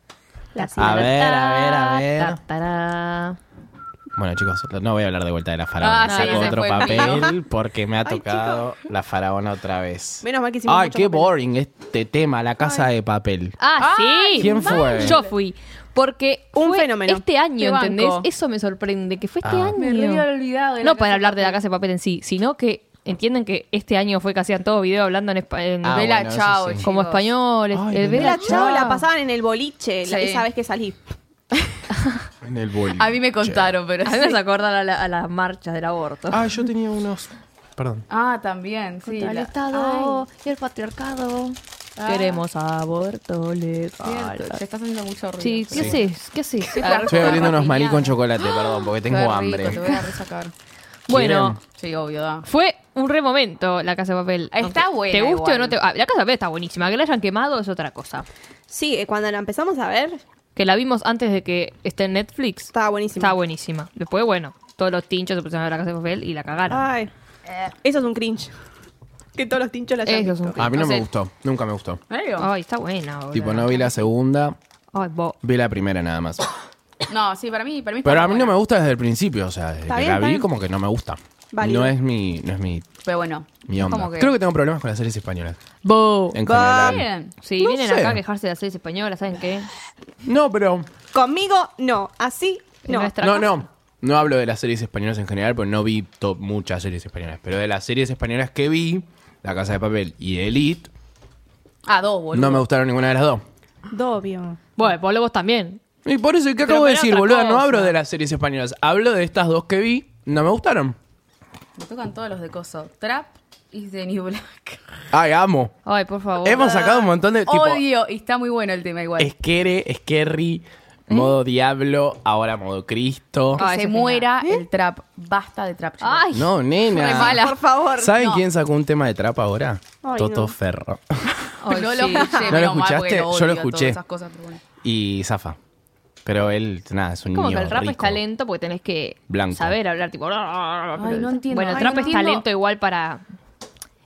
[SPEAKER 4] La
[SPEAKER 1] A
[SPEAKER 4] siguiente.
[SPEAKER 1] ver, a ver, a ver.
[SPEAKER 5] Ta, tará.
[SPEAKER 1] Bueno, chicos, no voy a hablar de vuelta de la faraona.
[SPEAKER 2] Ah, sí,
[SPEAKER 1] Saco
[SPEAKER 2] ese
[SPEAKER 1] otro
[SPEAKER 2] fue el
[SPEAKER 1] papel porque me ha
[SPEAKER 4] Ay,
[SPEAKER 1] tocado la faraona otra vez.
[SPEAKER 4] Menos mal que hicimos
[SPEAKER 1] Ay,
[SPEAKER 4] mucho
[SPEAKER 1] qué
[SPEAKER 4] papel.
[SPEAKER 1] boring este tema, la casa de papel.
[SPEAKER 5] Ah, sí.
[SPEAKER 1] ¿Quién fue?
[SPEAKER 5] Yo fui. Porque
[SPEAKER 4] Un
[SPEAKER 5] fue
[SPEAKER 4] fenómeno.
[SPEAKER 5] este
[SPEAKER 2] Te
[SPEAKER 5] año,
[SPEAKER 2] banco.
[SPEAKER 5] ¿entendés? Eso me sorprende, que fue este
[SPEAKER 1] Ah.
[SPEAKER 5] año.
[SPEAKER 2] Me río al olvidado. de la
[SPEAKER 5] no para
[SPEAKER 2] casa
[SPEAKER 5] hablar de la
[SPEAKER 2] papel.
[SPEAKER 5] casa de papel en sí, sino que entienden que este año fue que hacían todo video hablando en, espa- en-
[SPEAKER 1] Ah,
[SPEAKER 2] Vela,
[SPEAKER 1] bueno, eso
[SPEAKER 2] chao.
[SPEAKER 1] sí.
[SPEAKER 5] como
[SPEAKER 2] chicos.
[SPEAKER 5] españoles.
[SPEAKER 1] Ay,
[SPEAKER 5] el
[SPEAKER 1] Vela
[SPEAKER 4] La
[SPEAKER 5] Vela
[SPEAKER 4] chao la
[SPEAKER 5] Chao.
[SPEAKER 4] pasaban en el boliche la-
[SPEAKER 2] Sí.
[SPEAKER 4] esa vez que salí.
[SPEAKER 1] En el boli.
[SPEAKER 2] A mí me contaron, pero
[SPEAKER 5] A mí me
[SPEAKER 2] sí.
[SPEAKER 5] hace acordar a, la- a las marchas del aborto.
[SPEAKER 1] Ah, yo tenía unos. Perdón.
[SPEAKER 2] Ah, también, sí.
[SPEAKER 5] el
[SPEAKER 2] la-
[SPEAKER 5] Estado y el patriarcado.
[SPEAKER 2] Ah.
[SPEAKER 5] Queremos aborto
[SPEAKER 2] Ay,
[SPEAKER 5] legal. Ah,
[SPEAKER 2] cierto, te estás haciendo mucho ruido.
[SPEAKER 5] Sí, ¿qué
[SPEAKER 1] Sí.
[SPEAKER 5] haces? ¿Qué haces?
[SPEAKER 1] Estoy
[SPEAKER 2] Toda
[SPEAKER 1] abriendo unos maní con
[SPEAKER 2] rapiñada.
[SPEAKER 1] chocolate, perdón, porque tengo
[SPEAKER 2] Qué rico,
[SPEAKER 1] hambre.
[SPEAKER 2] te voy a resacar.
[SPEAKER 5] Bueno,
[SPEAKER 2] Sí, obvio, da.
[SPEAKER 5] fue un re momento la Casa de Papel.
[SPEAKER 2] Está
[SPEAKER 5] Aunque
[SPEAKER 2] buena
[SPEAKER 5] ¿Te guste
[SPEAKER 2] igual.
[SPEAKER 5] o no te ah, La Casa de Papel está buenísima. Que la hayan quemado es otra cosa.
[SPEAKER 4] Sí, eh, cuando la empezamos a ver,
[SPEAKER 5] Que la vimos antes de que esté en Netflix.
[SPEAKER 4] estaba buenísimo.
[SPEAKER 5] Está buenísima. Después, bueno, todos los tinchos se pusieron a ver la Casa de Papel y la cagaron.
[SPEAKER 1] Ah,
[SPEAKER 4] Ay, eso es un cringe. Que todos los tinchos la hayan
[SPEAKER 5] Eso es
[SPEAKER 4] visto.
[SPEAKER 5] un
[SPEAKER 1] A mí no
[SPEAKER 2] O sea-
[SPEAKER 1] me gustó, nunca me gustó.
[SPEAKER 2] ¿En serio?
[SPEAKER 5] Ay, está buena. boludo.
[SPEAKER 1] Tipo, no vi la segunda,
[SPEAKER 5] Ay, bo-
[SPEAKER 1] vi la primera nada más.
[SPEAKER 2] No, sí, para mí, para mí está
[SPEAKER 1] Pero a mí no
[SPEAKER 2] buena.
[SPEAKER 1] me gusta desde el principio, o sea, desde
[SPEAKER 4] Está
[SPEAKER 1] que
[SPEAKER 4] bien,
[SPEAKER 1] la
[SPEAKER 4] está
[SPEAKER 1] vi
[SPEAKER 4] bien.
[SPEAKER 1] como que no me gusta.
[SPEAKER 4] Válido.
[SPEAKER 1] No es mi, no es mi,
[SPEAKER 2] Pero bueno,
[SPEAKER 1] mi
[SPEAKER 2] es
[SPEAKER 1] onda.
[SPEAKER 2] como que-
[SPEAKER 1] Creo que tengo problemas con las series españolas.
[SPEAKER 5] Bo.
[SPEAKER 1] En
[SPEAKER 4] Va.
[SPEAKER 1] general.
[SPEAKER 2] Bien.
[SPEAKER 5] Sí,
[SPEAKER 1] No
[SPEAKER 5] vienen
[SPEAKER 1] sé.
[SPEAKER 5] acá a quejarse de las series españolas, ¿saben qué?
[SPEAKER 1] No, pero
[SPEAKER 4] Conmigo, no. Así,
[SPEAKER 5] En
[SPEAKER 4] no.
[SPEAKER 5] nuestra
[SPEAKER 1] No,
[SPEAKER 5] casa.
[SPEAKER 1] no. No hablo de las series españolas en general, porque no vi to- muchas series españolas. Pero de las series españolas que vi, La Casa de Papel y Elite,
[SPEAKER 2] Ah, dos, boludo.
[SPEAKER 1] no me gustaron ninguna de las dos.
[SPEAKER 4] Dobio.
[SPEAKER 5] Bueno, Pablo, vos también.
[SPEAKER 1] Y por eso, ¿qué
[SPEAKER 5] Pero
[SPEAKER 1] acabo de
[SPEAKER 5] para
[SPEAKER 1] decir,
[SPEAKER 5] otra
[SPEAKER 1] boludo? No
[SPEAKER 5] cosa.
[SPEAKER 1] hablo de las series españolas. Hablo de estas dos que vi, no me gustaron.
[SPEAKER 2] Me tocan todos los de coso. Trap y The New Black.
[SPEAKER 1] Ay, amo.
[SPEAKER 5] Ay, por favor.
[SPEAKER 1] Hemos sacado un montón de. Tipo,
[SPEAKER 2] Odio, y está muy bueno el tema igual.
[SPEAKER 1] Esquere, Esquerri,
[SPEAKER 5] ¿Mm?
[SPEAKER 1] modo Diablo, ahora modo Cristo.
[SPEAKER 2] que
[SPEAKER 5] Ah,
[SPEAKER 2] se
[SPEAKER 5] ese
[SPEAKER 2] muera
[SPEAKER 1] ¿Eh?
[SPEAKER 2] el trap. Basta de trap. chicos.
[SPEAKER 5] Ay,
[SPEAKER 1] No, nena.
[SPEAKER 2] Re mala.
[SPEAKER 4] Por favor.
[SPEAKER 1] ¿Saben
[SPEAKER 2] No.
[SPEAKER 1] quién sacó un tema de trap ahora?
[SPEAKER 4] Ay,
[SPEAKER 1] Toto
[SPEAKER 4] no.
[SPEAKER 1] Ferro.
[SPEAKER 5] ay,
[SPEAKER 2] no lo
[SPEAKER 5] sí.
[SPEAKER 2] escuché,
[SPEAKER 1] ¿No lo
[SPEAKER 2] menos mal, porque
[SPEAKER 1] escuchaste? Yo lo
[SPEAKER 2] odio,
[SPEAKER 1] escuché.
[SPEAKER 2] todas esas cosas, pero bueno.
[SPEAKER 1] Y Zafa. Pero él, nada, es un
[SPEAKER 5] Como
[SPEAKER 1] niño
[SPEAKER 5] que el rap
[SPEAKER 1] rico.
[SPEAKER 5] es talento porque tenés que
[SPEAKER 1] Blanco.
[SPEAKER 5] saber hablar, tipo.
[SPEAKER 2] Ay, no entiendo.
[SPEAKER 5] Bueno, el
[SPEAKER 2] Ay,
[SPEAKER 5] trap
[SPEAKER 2] no
[SPEAKER 5] es
[SPEAKER 2] entiendo.
[SPEAKER 5] talento igual para.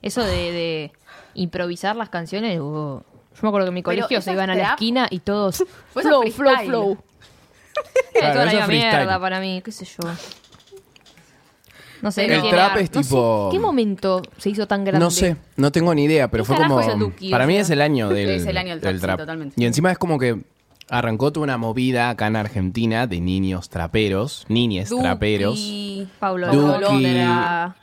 [SPEAKER 5] Eso de, de improvisar las canciones. uh, Yo me acuerdo que en mi
[SPEAKER 2] Pero
[SPEAKER 5] colegio
[SPEAKER 2] eso
[SPEAKER 5] se
[SPEAKER 2] es
[SPEAKER 5] iban a la
[SPEAKER 2] trap.
[SPEAKER 5] esquina y todos.
[SPEAKER 2] Fue eso
[SPEAKER 5] Flow, flow,
[SPEAKER 2] freestyle.
[SPEAKER 5] flow.
[SPEAKER 1] Claro,
[SPEAKER 5] Era toda la
[SPEAKER 1] eso es
[SPEAKER 5] misma mierda
[SPEAKER 1] freestyle.
[SPEAKER 5] para mí, qué sé yo. No sé.
[SPEAKER 2] El
[SPEAKER 5] no quiero
[SPEAKER 1] trap
[SPEAKER 5] dar-
[SPEAKER 1] es
[SPEAKER 5] no sé,
[SPEAKER 1] tipo-
[SPEAKER 5] ¿Qué momento se hizo tan grande?
[SPEAKER 1] No sé, no tengo ni idea, pero
[SPEAKER 5] ¿Qué
[SPEAKER 1] fue
[SPEAKER 5] carajo
[SPEAKER 1] como.
[SPEAKER 5] es el Duki?
[SPEAKER 1] para
[SPEAKER 5] O
[SPEAKER 1] mí
[SPEAKER 5] sea,
[SPEAKER 1] es el año del,
[SPEAKER 2] es el año del trap, sí, totalmente.
[SPEAKER 1] Y encima es como que arrancó toda una movida acá en Argentina de niños traperos, niñes
[SPEAKER 2] Duki,
[SPEAKER 1] traperos.
[SPEAKER 5] Paulo
[SPEAKER 1] Duki,
[SPEAKER 5] Londra,